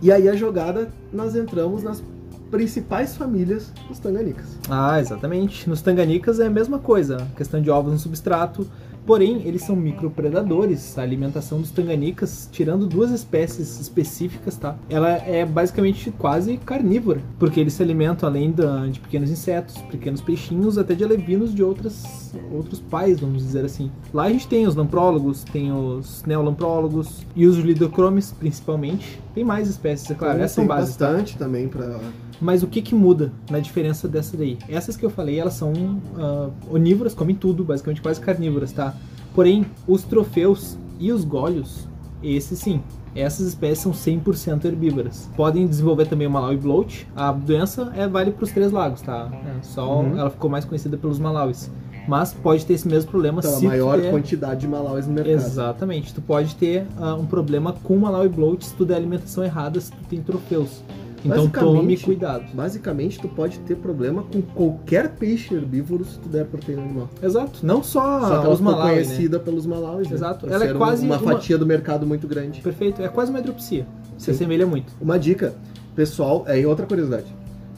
B: e aí a jogada nós entramos nas principais famílias dos tanganicas.
A: Ah, exatamente. Nos tanganicas é a mesma coisa, questão de ovos no substrato. Porém, eles são micropredadores. A alimentação dos tanganicas, tirando duas espécies específicas, tá? Ela é basicamente quase carnívora, porque eles se alimentam além da- de pequenos insetos, pequenos peixinhos, até de alevinos de outras, outros pais, vamos dizer assim. Lá a gente tem os lamprólogos, tem os neolamprólegos e os lidocromes, principalmente. Tem mais espécies, é claro.
B: Então,
A: Essas são
B: tem
A: bases. tá?
B: bastante também para
A: Mas o que que muda na diferença dessa daí? Essas que eu falei, elas são ah, onívoras, comem tudo, basicamente quase carnívoras, tá? Porém, os troféus e os gólios, esses sim. Essas espécies são 100% herbívoras. Podem desenvolver também o Malawi bloat. A doença é vale para os três lagos, tá? É só
B: Uhum.
A: ela ficou mais conhecida pelos malauis. Mas pode ter esse mesmo problema
B: então, a
A: se tu
B: maior
A: der-
B: quantidade de malauis no mercado.
A: Exatamente. Tu pode ter ah, um problema com Malawi bloat se tu der alimentação errada, se tu tem troféus. Então
B: Basicamente,
A: tome cuidado.
B: Basicamente, tu pode ter problema com qualquer peixe herbívoro se tu der proteína animal.
A: Exato, não só,
B: Só que ela
A: Ah, os
B: ficou
A: Malawi, né?
B: conhecida pelos malauis. né?
A: Exato.
B: Por
A: Ela é
B: ser um-
A: quase
B: uma
A: uma-
B: fatia do mercado muito grande.
A: Perfeito, é quase uma hidropsia. Se
B: Sim.
A: assemelha muito.
B: Uma dica, pessoal, é e outra curiosidade.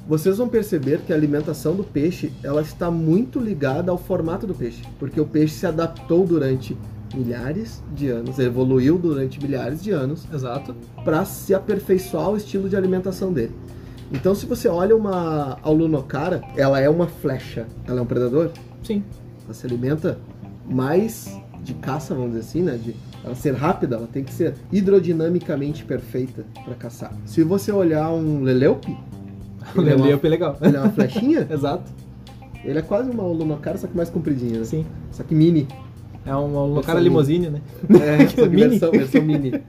B: Vocês vão perceber que a alimentação do peixe, ela está muito ligada ao formato do peixe, porque o peixe se adaptou durante milhares de anos, evoluiu durante milhares de anos
A: Exato.
B: para se aperfeiçoar o estilo de alimentação dele. Então, se você olha uma alunocara, ela é uma flecha, ela é um predador, *laughs*
A: Sim.
B: ela se alimenta mais de caça, vamos dizer assim, né? De ela ser rápida, ela tem que ser hidrodinamicamente perfeita para caçar. Se você olhar um leleupe,
A: O
B: ele, é uma,
A: Leleupe é legal. *laughs*
B: ele é uma flechinha, *laughs*
A: Exato.
B: ele é quase uma olonocara, só que mais compridinha, né?
A: Sim.
B: Só que mini.
A: É um local
B: Versão
A: limousine, né?
B: É, *laughs* só que
A: Mini.
B: Versão, versão mini.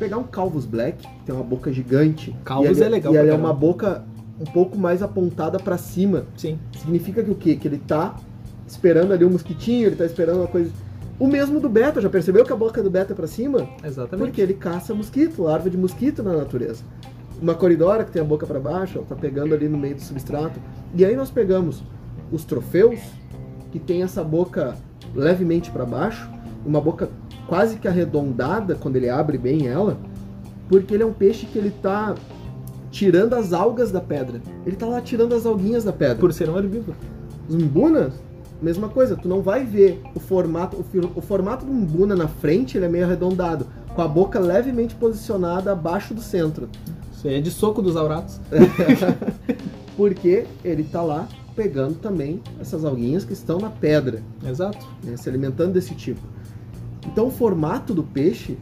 B: Pegar um Calvus Black, que tem uma boca gigante.
A: Calvus
B: e ele-
A: é legal
B: E
A: pra
B: ela é
A: caramba.
B: uma boca um pouco mais apontada para cima.
A: Sim.
B: Significa que o quê? Que ele tá esperando ali um mosquitinho, ele tá esperando uma coisa. O mesmo do beta, já percebeu que a boca do beta é pra cima?
A: Exatamente.
B: Porque ele caça mosquito, larva de mosquito na natureza. Uma coridora que tem a boca pra baixo, ela tá pegando ali no meio do substrato. E aí nós pegamos os troféus, que tem essa boca levemente pra baixo, uma boca quase que arredondada quando ele abre bem ela, porque ele é um peixe que ele tá tirando as algas da pedra. Ele tá lá tirando as alguinhas da pedra.
A: Por ser um herbívoro.
B: Os mbunas, Mesma coisa, tu não vai ver o formato, o, fil- o formato de um buna na frente, ele é meio arredondado, com a boca levemente posicionada abaixo do centro.
A: Isso aí é de soco dos auratos.
B: Porque ele tá lá pegando também essas alguinhas que estão na pedra,
A: Exato.
B: né, se alimentando desse tipo. Então o formato do peixe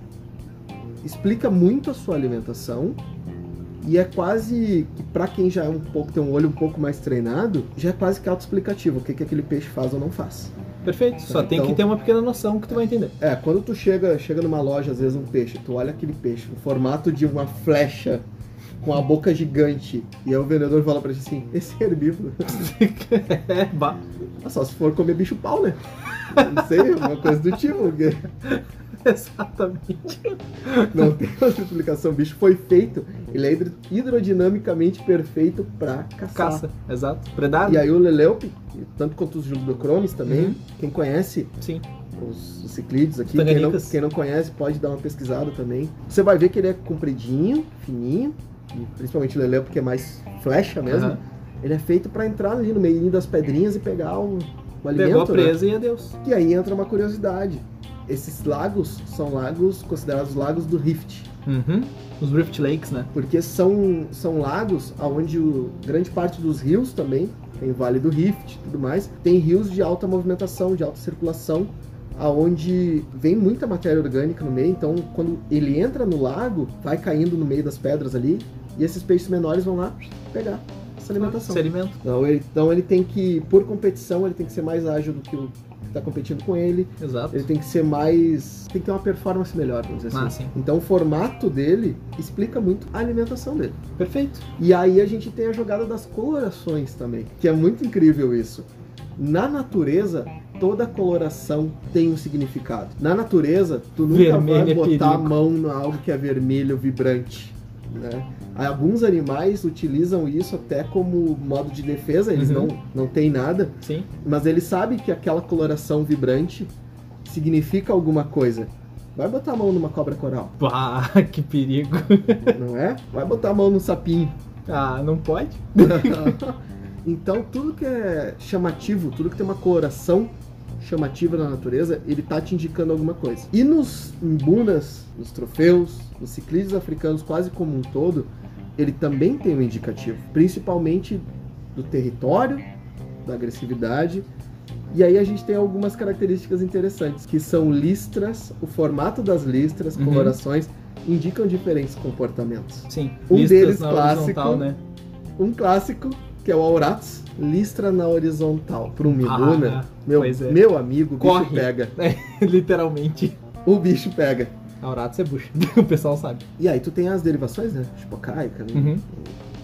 B: explica muito a sua alimentação e é quase que para quem já é um pouco tem um olho um pouco mais treinado, já é quase que autoexplicativo o que que aquele peixe faz ou não faz.
A: Perfeito. Só tem
B: Então-
A: que ter uma pequena noção que tu vai entender. *laughs*
B: É, quando tu chega, chega numa loja, às vezes um peixe, tu olha aquele peixe, o formato de uma flecha com a boca gigante. E aí o vendedor fala pra ti assim, esse é herbívoro. *laughs*
A: É, bah. *laughs*
B: Ah, só se for comer bicho pau, né? *laughs* Não sei, uma coisa do tipo. porque *laughs*
A: Exatamente.
B: Não tem outra explicação. O bicho foi feito. Ele é hidro- hidrodinamicamente perfeito pra caçar.
A: Caça. Exato. Predado?
B: E aí o Leleupe, tanto quanto os Judocromes também,
A: Uhum.
B: quem conhece
A: Sim.
B: os, os ciclídeos aqui, quem não,
A: Tanganicas.
B: quem não conhece pode dar uma pesquisada também. Você vai ver que ele é compridinho, fininho, e principalmente o Leleupe que é mais flecha mesmo.
A: Aham.
B: Ele é feito pra entrar ali no meio das pedrinhas e pegar o, o alimento.
A: Pegou a
B: né?
A: presa e adeus.
B: E aí entra uma curiosidade. Esses lagos são lagos considerados lagos do Rift,
A: Uhum. Os Rift Lakes, né?
B: porque são, são lagos onde grande parte dos rios também, tem Vale do Rift e tudo mais, tem rios de alta movimentação, de alta circulação, aonde vem muita matéria orgânica no meio, então quando ele entra no lago, vai caindo no meio das pedras ali, e esses peixes menores vão lá pegar essa alimentação.
A: Se alimenta.
B: Então ele, então ele tem que, por competição, ele tem que ser mais ágil do que o que está competindo com ele,
A: Exato.
B: ele tem que ser mais. tem que ter uma performance melhor, vamos dizer
A: Ah,
B: assim.
A: sim.
B: Então o formato dele explica muito a alimentação dele.
A: Perfeito.
B: E aí a gente tem a jogada das colorações também, que é muito incrível isso. Na natureza, toda coloração tem um significado. Na natureza, tu nunca
A: Vermelho
B: vai
A: é
B: botar a
A: perigo.
B: mão em algo que é vermelho vibrante. Né? Aí Alguns animais utilizam isso até como modo de defesa, eles
A: Uhum.
B: não, não têm nada,
A: Sim.
B: mas ele sabe que aquela coloração vibrante significa alguma coisa. Vai botar a mão numa cobra coral,
A: *laughs* Bah, Tipo, ah, que perigo.
B: não é? Vai botar a mão num sapinho.
A: Ah, não pode?
B: então, tudo que é chamativo, tudo que tem uma coloração chamativa na natureza, ele tá te indicando alguma coisa. E nos imbunas, nos troféus, nos ciclistas africanos quase como um todo, ele também tem um indicativo, principalmente do território, da agressividade. E aí a gente tem algumas características interessantes, que são listras, o formato das listras,
A: Uhum.
B: colorações, indicam diferentes comportamentos.
A: Sim.
B: Um
A: Listas
B: deles
A: na
B: clássico.
A: horizontal, né?
B: Um clássico, que é o Auratus, listra na horizontal. Para um Miduna,
A: Ah,
B: meu,
A: pois é.
B: meu amigo, o bicho
A: Corre.
B: pega.
A: Ah, *laughs* Literalmente.
B: O bicho pega.
A: Auratos é bucha. *laughs* O pessoal sabe.
B: E aí tu tem as derivações, né? Shipokai, Kali,
A: Uhum.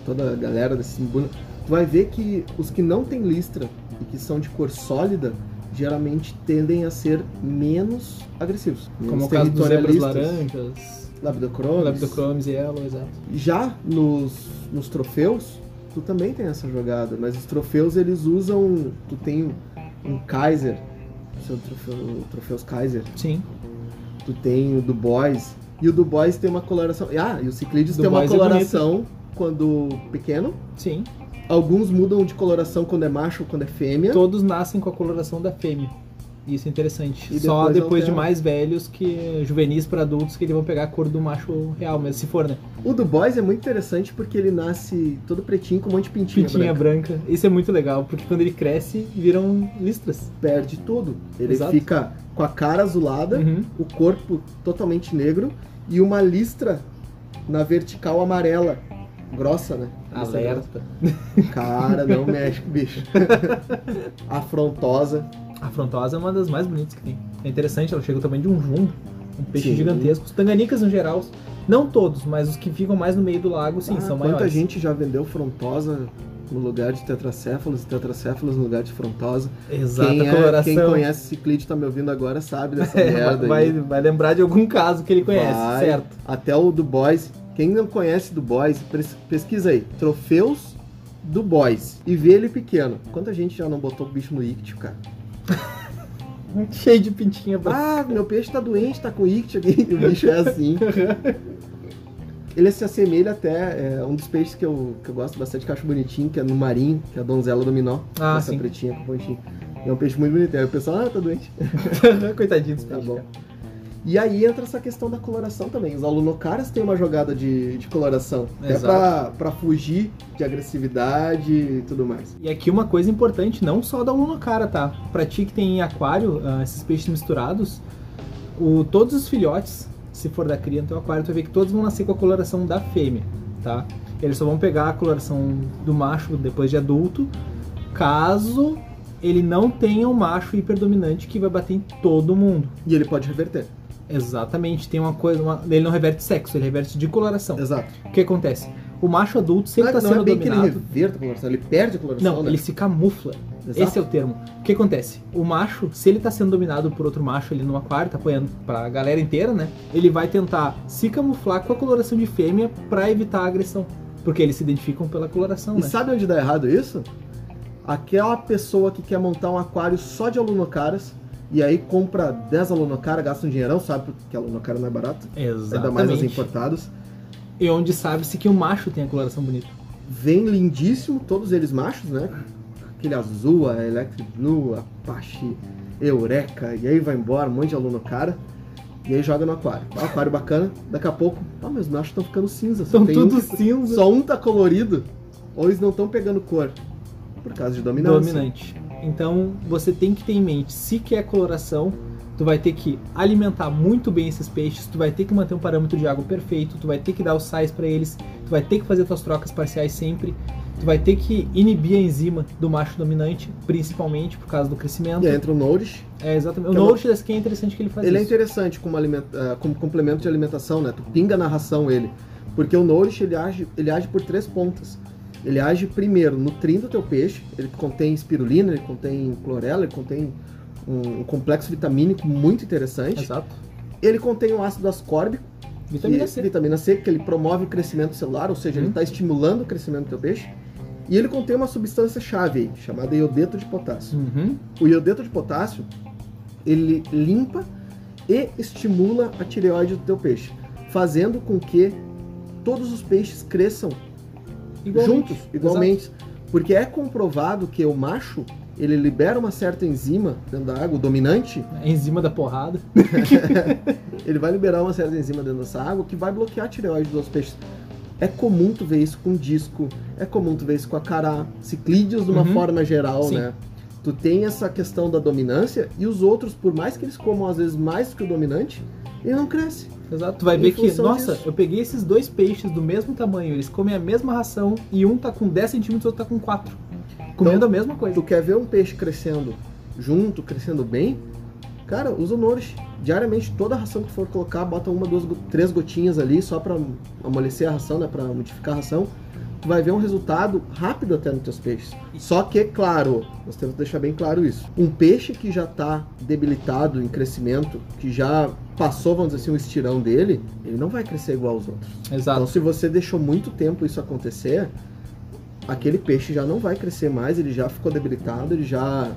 B: toda a galera desse Miduna. Tu vai ver que os que não têm listra e que são de cor sólida, geralmente tendem a ser menos agressivos.
A: Como
B: menos
A: o caso dos zebras
B: territorialistas.
A: laranjas,
B: Labdocrones.
A: Leptochromes e Yellow, exato.
B: Já nos, nos troféus, tu também tem essa jogada, mas os troféus eles usam. Tu tem um Kaiser, seu troféu, troféus Kaiser,
A: Sim.
B: tu tem o Du Bois, e o Du Bois tem uma coloração. Ah, e o Ciclides
A: Du
B: tem uma
A: Bois é
B: coloração quando pequeno,
A: Sim.
B: alguns mudam de coloração quando é macho ou quando é fêmea.
A: Todos nascem com a coloração da fêmea. Isso é interessante.
B: E
A: Só
B: depois
A: depois de
B: altera.
A: mais velhos que juvenis para adultos que eles vão pegar a cor do macho real, mesmo se for, né?
B: O Du Bois é muito interessante porque ele nasce todo pretinho com um monte de pintinha,
A: Pintinha
B: branca.
A: branca. Isso é muito legal, porque quando ele cresce, viram listras.
B: perde tudo. Ele
A: Exato.
B: fica com a cara azulada.
A: Uhum.
B: o corpo totalmente negro e uma listra na vertical amarela. Grossa, né? Listra
A: Alerta.
B: grossa. Cara, não mexe com
A: *laughs*
B: o bicho. Afrontosa.
A: A frontosa é uma das mais bonitas que tem. É interessante, ela chega ao tamanho de um jumbo. Um peixe
B: Sim.
A: gigantesco. Os tanganicas, no geral, não todos, mas os que ficam mais no meio do lago, sim,
B: Ah,
A: são
B: quanta
A: maiores.
B: gente já vendeu frontosa no lugar de tetracéfalos e tetracéfalos no lugar de frontosa.
A: Exata
B: quem, é-
A: coloração. *laughs*
B: quem conhece Ciclide tá me ouvindo agora sabe dessa
A: É,
B: merda
A: vai,
B: aí.
A: vai lembrar de algum caso que ele conhece,
B: Vai.
A: certo?
B: Até o Du Bois. Quem não conhece Du Bois, pres- pesquisa aí. Troféus Du Bois. E vê ele pequeno. Quanta gente já não botou o bicho no ictio, cara?
A: Cheio de pintinha branca.
B: Ah, meu peixe tá doente, tá com ictio aqui. *laughs* O bicho é assim. Ele se assemelha até. É, um dos peixes que eu, que eu gosto bastante, que eu acho bonitinho, que é no marinho, que é a donzela do Minó.
A: Ah,
B: essa
A: sim.
B: pretinha com pontinho. É um peixe muito bonito. Aí o pessoal, ah, tá doente.
A: *laughs* Coitadinho dos
B: Tá
A: peixes.
B: bom.
A: cara.
B: E aí entra essa questão da coloração também. Os alunocaras têm uma jogada de, de coloração. Até
A: Exato.
B: pra, pra fugir de agressividade e tudo mais.
A: E aqui uma coisa importante, não só da cara, tá? Pra ti que tem aquário, ah, esses peixes misturados, o, todos os filhotes, se for da cria no teu aquário, tu vai ver que todos vão nascer com a coloração da fêmea, tá? Eles só vão pegar a coloração do macho depois de adulto, caso ele não tenha um macho hiperdominante que vai bater em todo mundo.
B: E ele pode reverter.
A: Exatamente, tem uma coisa, uma- ele não reverte sexo, ele reverte de coloração.
B: Exato.
A: O que acontece? O macho adulto sempre
B: Não,
A: está
B: é- não
A: sendo
B: é bem que ele
A: dominado.
B: reverta a coloração, ele perde a coloração.
A: Não,
B: né?
A: ele se camufla.
B: Exato.
A: Esse é o termo. O que acontece? O macho, se ele tá sendo dominado por outro macho ali numa quarta, apanhando pra galera inteira, né? Ele vai tentar se camuflar com a coloração de fêmea pra evitar a agressão. Porque eles se identificam pela coloração,
B: E
A: né?
B: sabe onde dá errado isso? Aquela pessoa que quer montar um aquário só de alunocaras e aí compra 10 alunocaras, gasta um dinheirão, sabe? Porque alunocara não é barato. Ainda mais as
A: Exatamente.
B: importadas.
A: E onde sabe-se que o macho tem a coloração bonita.
B: Vem lindíssimo, todos eles machos, né? Aquele azul, a Electric Blue, Apache, Eureka, e aí vai embora, um monte de aluno cara. E aí joga no aquário. Ah, aquário bacana, daqui a pouco, ah, mas os machos estão ficando cinza. Só
A: São
B: tem
A: tudo
B: um,
A: cinza.
B: só um tá colorido, ou eles não estão pegando cor. Por causa de dominância.
A: dominante. Então você tem que ter em mente, se quer coloração, tu vai ter que alimentar muito bem esses peixes, tu vai ter que manter um parâmetro de água perfeito, tu vai ter que dar os sais para eles, tu vai ter que fazer tuas trocas parciais sempre, tu vai ter que inibir a enzima do macho dominante, principalmente por causa do crescimento.
B: E aí entra o Nourish.
A: É exatamente. O
B: Então,
A: nourish desse aqui é interessante que ele É um faz
B: Ele é
A: isso.
B: interessante como, alimenta- ah, como complemento de alimentação, né? Tu pinga na ração ele. Porque o nourish, ele age, ele age por três pontas. Ele age primeiro nutrindo o teu peixe, ele contém espirulina, ele contém clorela, ele contém um, um complexo vitamínico muito interessante.
A: Exato.
B: Ele contém o ácido ascórbico,
A: Vitamina
B: que,
A: C.
B: vitamina C, que ele promove o crescimento celular, ou seja,
A: Hum.
B: ele está estimulando o crescimento do teu peixe. E ele contém uma substância chave aí, chamada iodeto de potássio.
A: Uhum.
B: O iodeto de potássio, ele limpa e estimula a tireoide do teu peixe, fazendo com que todos os peixes cresçam
A: Igualmente.
B: juntos, igualmente. Porque é comprovado que o macho, ele libera uma certa enzima dentro da água, o dominante,
A: Exato. A enzima da porrada.
B: ele vai liberar uma certa enzima dentro dessa água que vai bloquear a tireoide dos peixes. É comum tu ver isso com disco, é comum tu ver isso com a cará, ciclídeos de uma
A: Uhum.
B: forma geral,
A: Sim.
B: né? Tu tem essa questão da dominância e os outros, por mais que eles comam às vezes mais que o dominante, ele não cresce.
A: Exato. Tu vai
B: Em
A: ver que,
B: função
A: nossa,
B: disso.
A: eu peguei esses dois peixes do mesmo tamanho, eles comem a mesma ração e um tá com 10 centímetros e outro tá com 4.
B: Então,
A: Comendo a mesma coisa.
B: Tu quer ver um peixe crescendo junto, crescendo bem? Cara, usa o Nourish. Diariamente, toda a ração que tu for colocar, bota uma, duas, go- três gotinhas ali só pra amolecer a ração, né? Pra modificar a ração. Tu vai ver um resultado rápido até nos teus peixes. Só que, claro, nós temos que deixar bem claro isso. Um peixe que já tá debilitado em crescimento, que já passou, vamos dizer assim, um estirão dele, ele não vai crescer igual aos outros. Então,
A: Exato.
B: se você deixou muito tempo isso acontecer, aquele peixe já não vai crescer mais, ele já ficou debilitado, ele já.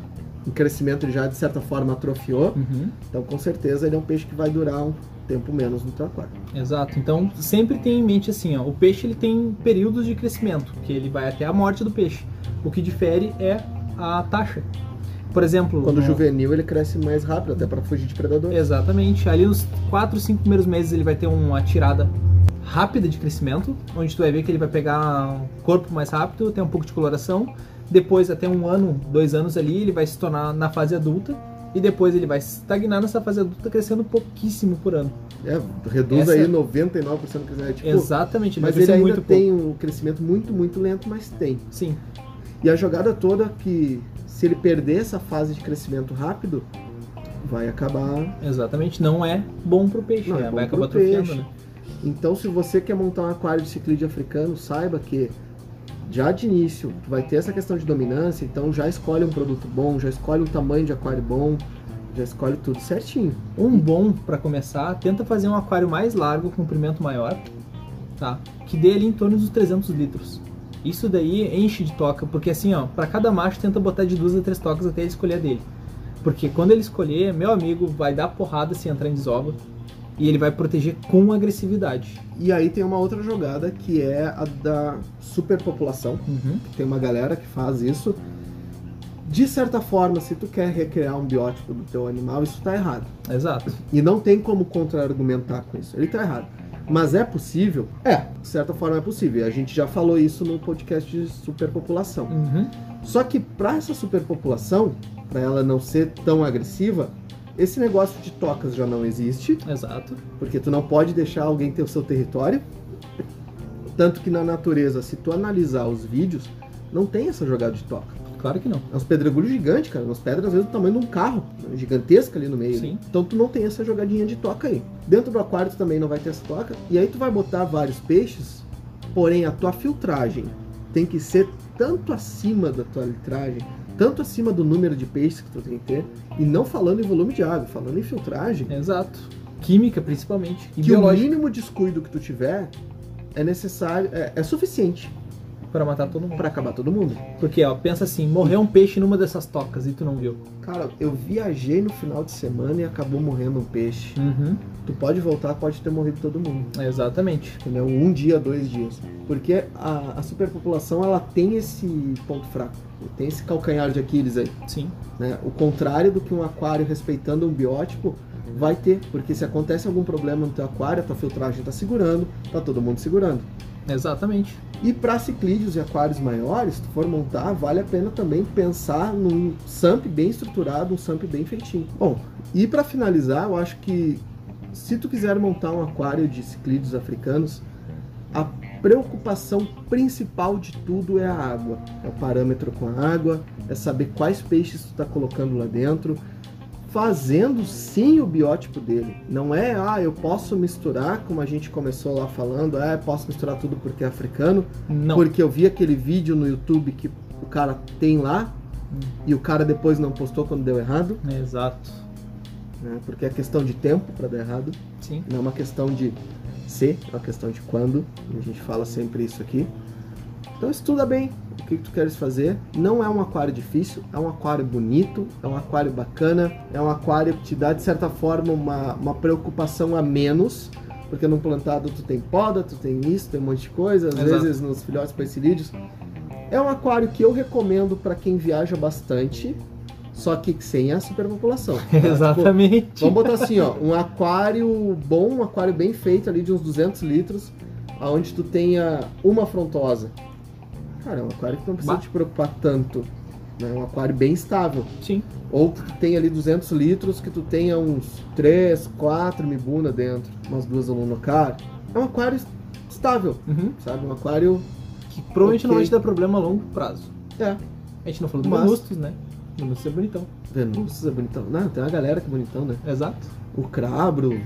B: O crescimento ele já, de certa forma, atrofiou.
A: Uhum,
B: Então, com certeza, ele é um peixe que vai durar um tempo menos no teu aquário.
A: exato. Então, sempre tenha em mente assim, ó, o peixe ele tem períodos de crescimento, que ele vai até a morte do peixe. O que difere é a taxa. Por exemplo,
B: Quando
A: no-
B: juvenil, ele cresce mais rápido, até para fugir de predador.
A: Exatamente. Ali nos 4, 5 primeiros meses ele vai ter uma tirada rápida de crescimento, onde tu vai ver que ele vai pegar um corpo mais rápido, tem um pouco de coloração. Depois, até um ano, dois anos ali, ele vai se tornar na fase adulta. E depois ele vai estagnar nessa fase adulta, crescendo pouquíssimo por ano.
B: É, reduz
A: Essa-
B: aí 99% do crescimento. Tipo,
A: Exatamente, ele
B: mas
A: vai
B: ele
A: crescer
B: ainda
A: é muito pouco.
B: tem um crescimento muito, muito lento, mas tem.
A: Sim,
B: E a jogada toda que, se ele perder essa fase de crescimento rápido, vai acabar
A: exatamente. Não é bom pro peixe,
B: Não, é
A: né?
B: bom
A: vai acabar
B: pro
A: atrofiando,
B: peixe.
A: né?
B: Então, se você quer montar um aquário de ciclídeo africano, saiba que já de início tu vai ter essa questão de dominância, então já escolhe um produto bom, já escolhe um tamanho de aquário bom, já escolhe tudo certinho.
A: Um bom pra começar, tenta fazer um aquário mais largo, comprimento maior, tá? Que dê ali em torno dos 300 litros. Isso daí enche de toca, porque assim, ó, pra cada macho tenta botar de duas a três tocas até ele escolher a dele. Porque quando ele escolher, meu amigo vai dar porrada se entrar em desova e ele vai proteger com agressividade.
B: E aí tem uma outra jogada que é a da superpopulação,
A: Uhum.
B: que tem uma galera que faz isso. De certa forma, se tu quer recriar um biótipo do teu animal, isso tá errado.
A: Exato.
B: E não tem como contra-argumentar com isso. Ele tá errado. Mas é possível? É, de certa forma é possível. E A gente já falou isso no podcast de superpopulação.
A: Uhum.
B: Só que para essa superpopulação, para ela não ser tão agressiva, esse negócio de tocas já não existe,
A: Exato.
B: porque tu não pode deixar alguém ter o seu território. Tanto que na natureza, se tu analisar os vídeos, não tem essa jogada de toca.
A: Claro que não.
B: É uns pedregulhos gigantes, cara. Umas pedras, às vezes, do tamanho de um carro. né, Gigantesca ali no meio.
A: Sim.
B: Então tu não tem essa jogadinha de toca aí. Dentro do aquário tu também não vai ter essa toca. E aí tu vai botar vários peixes, porém a tua filtragem tem que ser tanto acima da tua litragem, tanto acima do número de peixes que tu tem que ter, e não falando em volume de água, falando em filtragem,
A: Exato. Química, principalmente. É, E
B: que o
A: biológica,
B: mínimo descuido que tu tiver é necessário, é, é suficiente
A: pra matar todo mundo.
B: para acabar todo mundo.
A: Porque, ó, pensa assim, morreu um peixe numa dessas tocas e tu não viu.
B: Cara, eu viajei no final de semana e acabou morrendo um peixe.
A: Uhum.
B: Tu pode voltar, pode ter morrido todo mundo.
A: Exatamente.
B: Entendeu? Um dia, dois dias. Porque a, a superpopulação ela tem esse ponto fraco. Tem esse calcanhar de Aquiles aí.
A: Sim.
B: né? O contrário do que um aquário respeitando um biótipo vai ter. Porque se acontece algum problema no teu aquário, a tua filtragem tá segurando, tá todo mundo segurando.
A: Exatamente.
B: E para ciclídeos e aquários maiores, se tu for montar, vale a pena também pensar num SAMP bem estruturado, um SAMP bem feitinho. Bom, e para finalizar, eu acho que se tu quiser montar um aquário de ciclídeos africanos, a preocupação principal de tudo é a água. É o parâmetro com a água, é saber quais peixes tu está colocando lá dentro, fazendo sim o biótipo dele. Não é, ah, eu posso misturar, como a gente começou lá falando, ah, eu posso misturar tudo porque é africano,
A: Não.
B: porque eu vi aquele vídeo no YouTube que o cara tem lá e o cara depois não postou quando deu errado,
A: Exato.
B: né? Porque é questão de tempo para dar errado, *laughs*
A: Sim.
B: não é uma questão de ser, é uma questão de quando. e A gente fala sempre isso aqui. Então estuda bem o que que tu queres fazer. Não é um aquário difícil, é um aquário bonito, é um aquário bacana, é um aquário que te dá de certa forma uma, uma preocupação a menos, porque num plantado tu tem poda, tu tem isso, tem um monte de coisa, às
A: Exato.
B: vezes nos filhotes percilídeos. É um aquário que eu recomendo para quem viaja bastante, só que sem a superpopulação. tá?
A: *laughs*
B: Tipo,
A: Exatamente.
B: Vamos botar assim, ó, um aquário bom, um aquário bem feito ali de uns 200 litros, aonde tu tenha uma frontosa. Cara, é um aquário que tu não precisa
A: Bah.
B: te preocupar tanto. né? É um aquário bem estável.
A: Sim.
B: Ou que tu tenha ali 200 litros, que tu tenha uns 3, 4 mibuna dentro, umas duas alunocar. É um aquário estável,
A: Uhum.
B: sabe? Um aquário...
A: Que provavelmente não
B: Ok.
A: vai te dar problema a longo prazo.
B: É,
A: A gente não falou do
B: Mas-
A: Venustus, né? Venustus é bonitão.
B: Venus é bonitão. Não, tem uma galera que é bonitão, né?
A: Exato.
B: o crabro,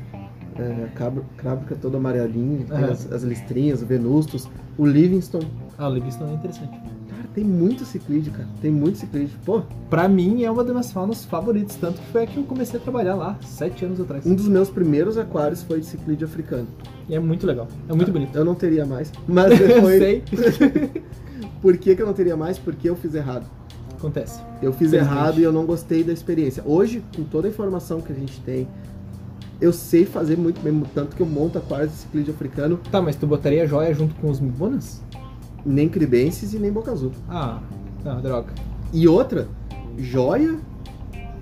B: é, crabro, crabro que é todo amarelinho, tem
A: Aham.
B: as, as listrinhas, o venustus, o Livingston.
A: Ah, o Livingston é interessante.
B: Cara, tem muito ciclídeo, cara. Tem muito ciclídeo. Pô,
A: Pra mim é uma das minhas faunas favoritas, tanto que foi a que eu comecei a trabalhar lá, sete anos atrás.
B: um dos meus primeiros aquários foi de ciclídeo africano.
A: E é muito legal. É muito bonito.
B: Eu não teria mais. Mas
A: *laughs* Eu
B: Tá. *laughs* foi.
A: sei.
B: Por que, que eu não teria mais? Porque eu fiz errado.
A: Acontece.
B: Eu fiz
A: Infelizmente.
B: errado e eu não gostei da experiência. Hoje, com toda a informação que a gente tem, eu sei fazer muito mesmo. Tanto que eu monto aquários de ciclídeo africano,
A: Tá, mas tu botaria a joia junto com os mibonas?
B: nem cribenses e nem boca azul.
A: Ah, não, droga.
B: E outra, joia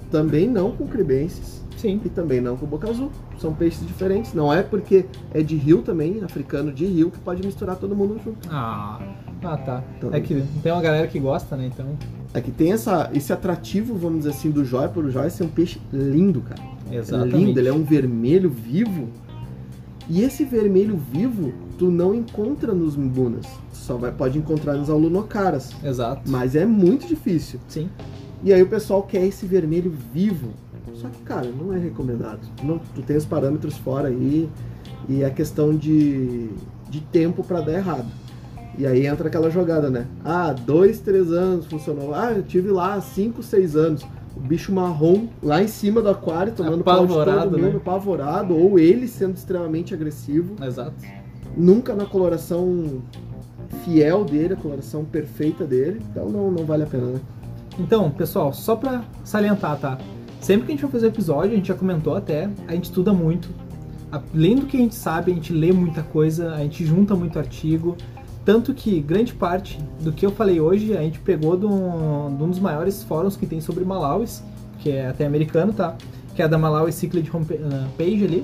B: também não com cribenses
A: Sim.
B: e também não com boca azul. São peixes diferentes. Não é porque é de rio também, africano de rio, que pode misturar todo mundo junto.
A: Ah, ah tá.
B: Então,
A: É que tem uma galera que gosta, né? Então.
B: é que tem essa, esse atrativo, vamos dizer assim, do joia por joia ser um peixe lindo, cara.
A: Exatamente.
B: É lindo, ele é um vermelho vivo. E esse vermelho vivo, tu não encontra nos mbunas. Só vai, pode encontrar nos alunocaras.
A: Exato.
B: Mas é muito difícil.
A: Sim.
B: E aí o pessoal quer esse vermelho vivo. Só que, cara, não é recomendado. Não, tu tem os parâmetros fora aí e é questão de, de tempo pra dar errado. E aí entra aquela jogada, né? Ah, dois, três anos funcionou. Ah, eu tive lá cinco, seis anos. O bicho marrom lá em cima do aquário, tomando pau de
A: Apavorado,
B: todo mundo,
A: né?
B: apavorado, ou ele sendo extremamente agressivo.
A: Exato.
B: Nunca na coloração fiel dele, a coloração perfeita dele. Então não, não vale a pena, né?
A: Então, pessoal, só pra salientar, tá? Sempre que a gente vai fazer episódio, a gente já comentou até, a gente estuda muito. Além do que a gente sabe, a gente lê muita coisa, a gente junta muito artigo. Tanto que grande parte do que eu falei hoje a gente pegou de um, de um dos maiores fóruns que tem sobre Malauis, que é até americano, tá? Que é da Malawi Cyclid Homepage eh, Page ali,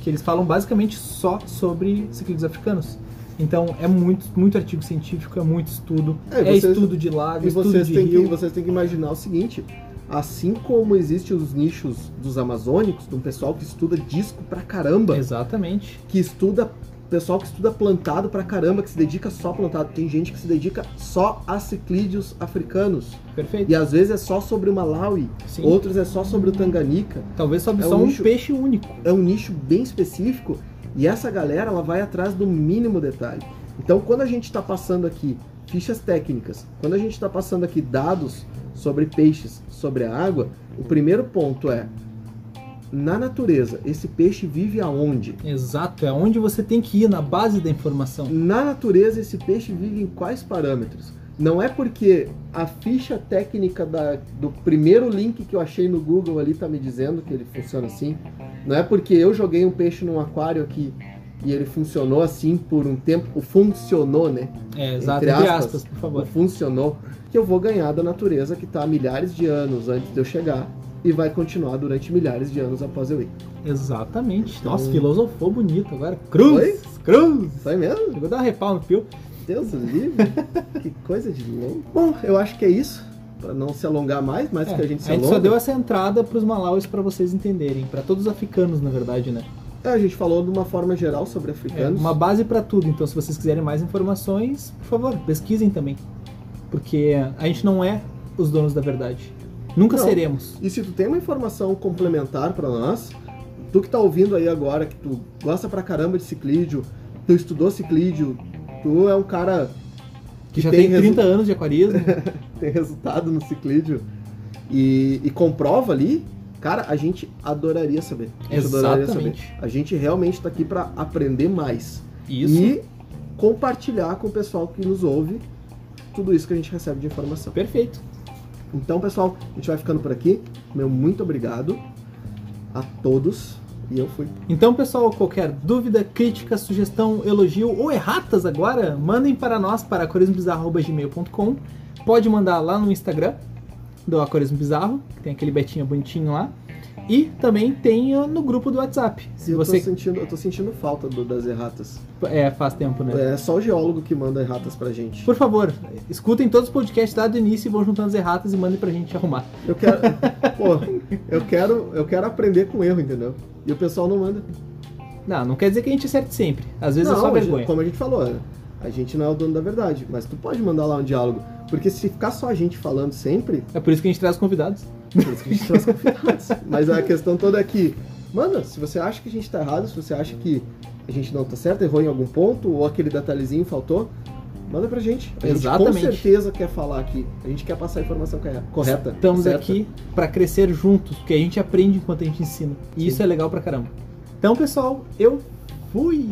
A: que eles falam basicamente só sobre ciclistas africanos. Então é muito, muito artigo científico, é muito estudo,
B: É,
A: é,
B: e vocês-
A: estudo de lago,
B: E
A: estudo
B: vocês
A: de
B: têm, que,
A: rio.
B: vocês têm que imaginar o seguinte: assim como existem os nichos dos amazônicos, de um pessoal que estuda disco pra caramba,
A: Exatamente.
B: que estuda. Pessoal que estuda plantado pra caramba, que se dedica só a plantado. Tem gente que se dedica só a ciclídeos africanos.
A: Perfeito.
B: E às vezes é só sobre o Malawi,
A: Sim.
B: outros é só sobre o Tanganica.
A: Talvez sobe
B: é
A: só
B: um
A: um
B: nicho-
A: peixe único.
B: É um nicho bem específico e essa galera ela vai atrás do mínimo detalhe. Então, quando a gente está passando aqui fichas técnicas, quando a gente está passando aqui dados sobre peixes, sobre a água, o primeiro ponto é na natureza, esse peixe vive aonde?
A: Exato, é onde você tem que ir, na base da informação.
B: Na natureza, esse peixe vive em quais parâmetros? Não é porque a ficha técnica da- do primeiro link que eu achei no Google ali tá me dizendo que ele funciona assim. Não é porque eu joguei um peixe num aquário aqui e ele funcionou assim por um tempo. O funcionou, né?
A: É, exato,
B: Entre
A: entre,
B: aspas.
A: aspas, por
B: O
A: favor.
B: funcionou. Que eu vou ganhar da natureza que tá há milhares de anos antes de eu chegar e vai continuar durante milhares de anos após eu ir.
A: Exatamente.
B: Então-
A: Nossa, filosofou bonito agora. Cruz! Cruz!
B: Isso aí Tá mesmo?
A: Chegou a dar um repau no fio.
B: Deus do
A: *laughs*
B: livre, que coisa de louco. Bom, eu acho que é isso, Pra não se alongar mais, mais
A: É,
B: que a gente se
A: só
B: alonga.
A: deu essa entrada pros Malauis pra vocês entenderem. pra todos os africanos, na verdade, né?
B: É, a gente falou de uma forma geral sobre
A: É
B: africanos.
A: uma base pra tudo. Então, se vocês quiserem mais informações, por favor, pesquisem também. Porque a gente não é os donos da verdade. Nunca
B: Não.
A: seremos.
B: E se tu tem uma informação complementar pra nós, tu que tá ouvindo aí agora, que tu gosta pra caramba de ciclídeo, tu estudou ciclídeo, tu é um cara
A: Que já
B: tem
A: tem,
B: resu-
A: 30 anos de aquarismo.
B: que tem resultado no ciclídeo e, e comprova ali, cara, a gente adoraria saber. A gente adoraria saber.
A: Exatamente.
B: A gente realmente tá aqui pra aprender mais.
A: Isso.
B: e compartilhar com o pessoal que nos ouve tudo isso que a gente recebe de informação.
A: Perfeito.
B: Então, pessoal, a gente vai ficando por aqui. Meu muito obrigado a todos. E eu fui.
A: Então, pessoal, qualquer dúvida, crítica, sugestão, elogio ou erratas agora, mandem para nós para acuarismobizarro.gmail.com. Pode mandar lá no Instagram do Aquarismo Bizarro, que tem aquele betinho bonitinho lá. E também tem ah, no grupo do WhatsApp. Se
B: eu,
A: você
B: tô sentindo, eu tô sentindo falta do- das erratas.
A: é, faz tempo, né?
B: É só o geólogo que manda erratas pra gente.
A: Por favor, escutem todos os podcasts lá do início e vão juntando as erratas e mandem pra gente arrumar.
B: Eu quero. *laughs* pô, eu quero, eu quero aprender com erro, entendeu? E o pessoal não manda.
A: Não, não quer dizer que a gente acerte sempre. Às vezes é
B: Não,
A: só
B: a gente-
A: vergonha.
B: como a gente falou, né? a gente não é o dono da verdade, mas tu pode mandar lá um diálogo. Porque se ficar só a gente falando sempre,
A: É por isso que a gente traz convidados.
B: Por isso que a gente traz convidados. *laughs* Mas a questão toda é que, mano, se você acha que a gente tá errado, se você acha que a gente não tá certo, errou em algum ponto, ou aquele detalhezinho faltou, manda pra gente. A
A: Exatamente.
B: gente com certeza quer falar aqui. A gente quer passar a informação corre- correta.
A: Estamos
B: certa.
A: aqui para crescer juntos, porque a gente aprende enquanto a gente ensina. E
B: Sim.
A: isso é legal pra caramba. Então, pessoal, eu fui!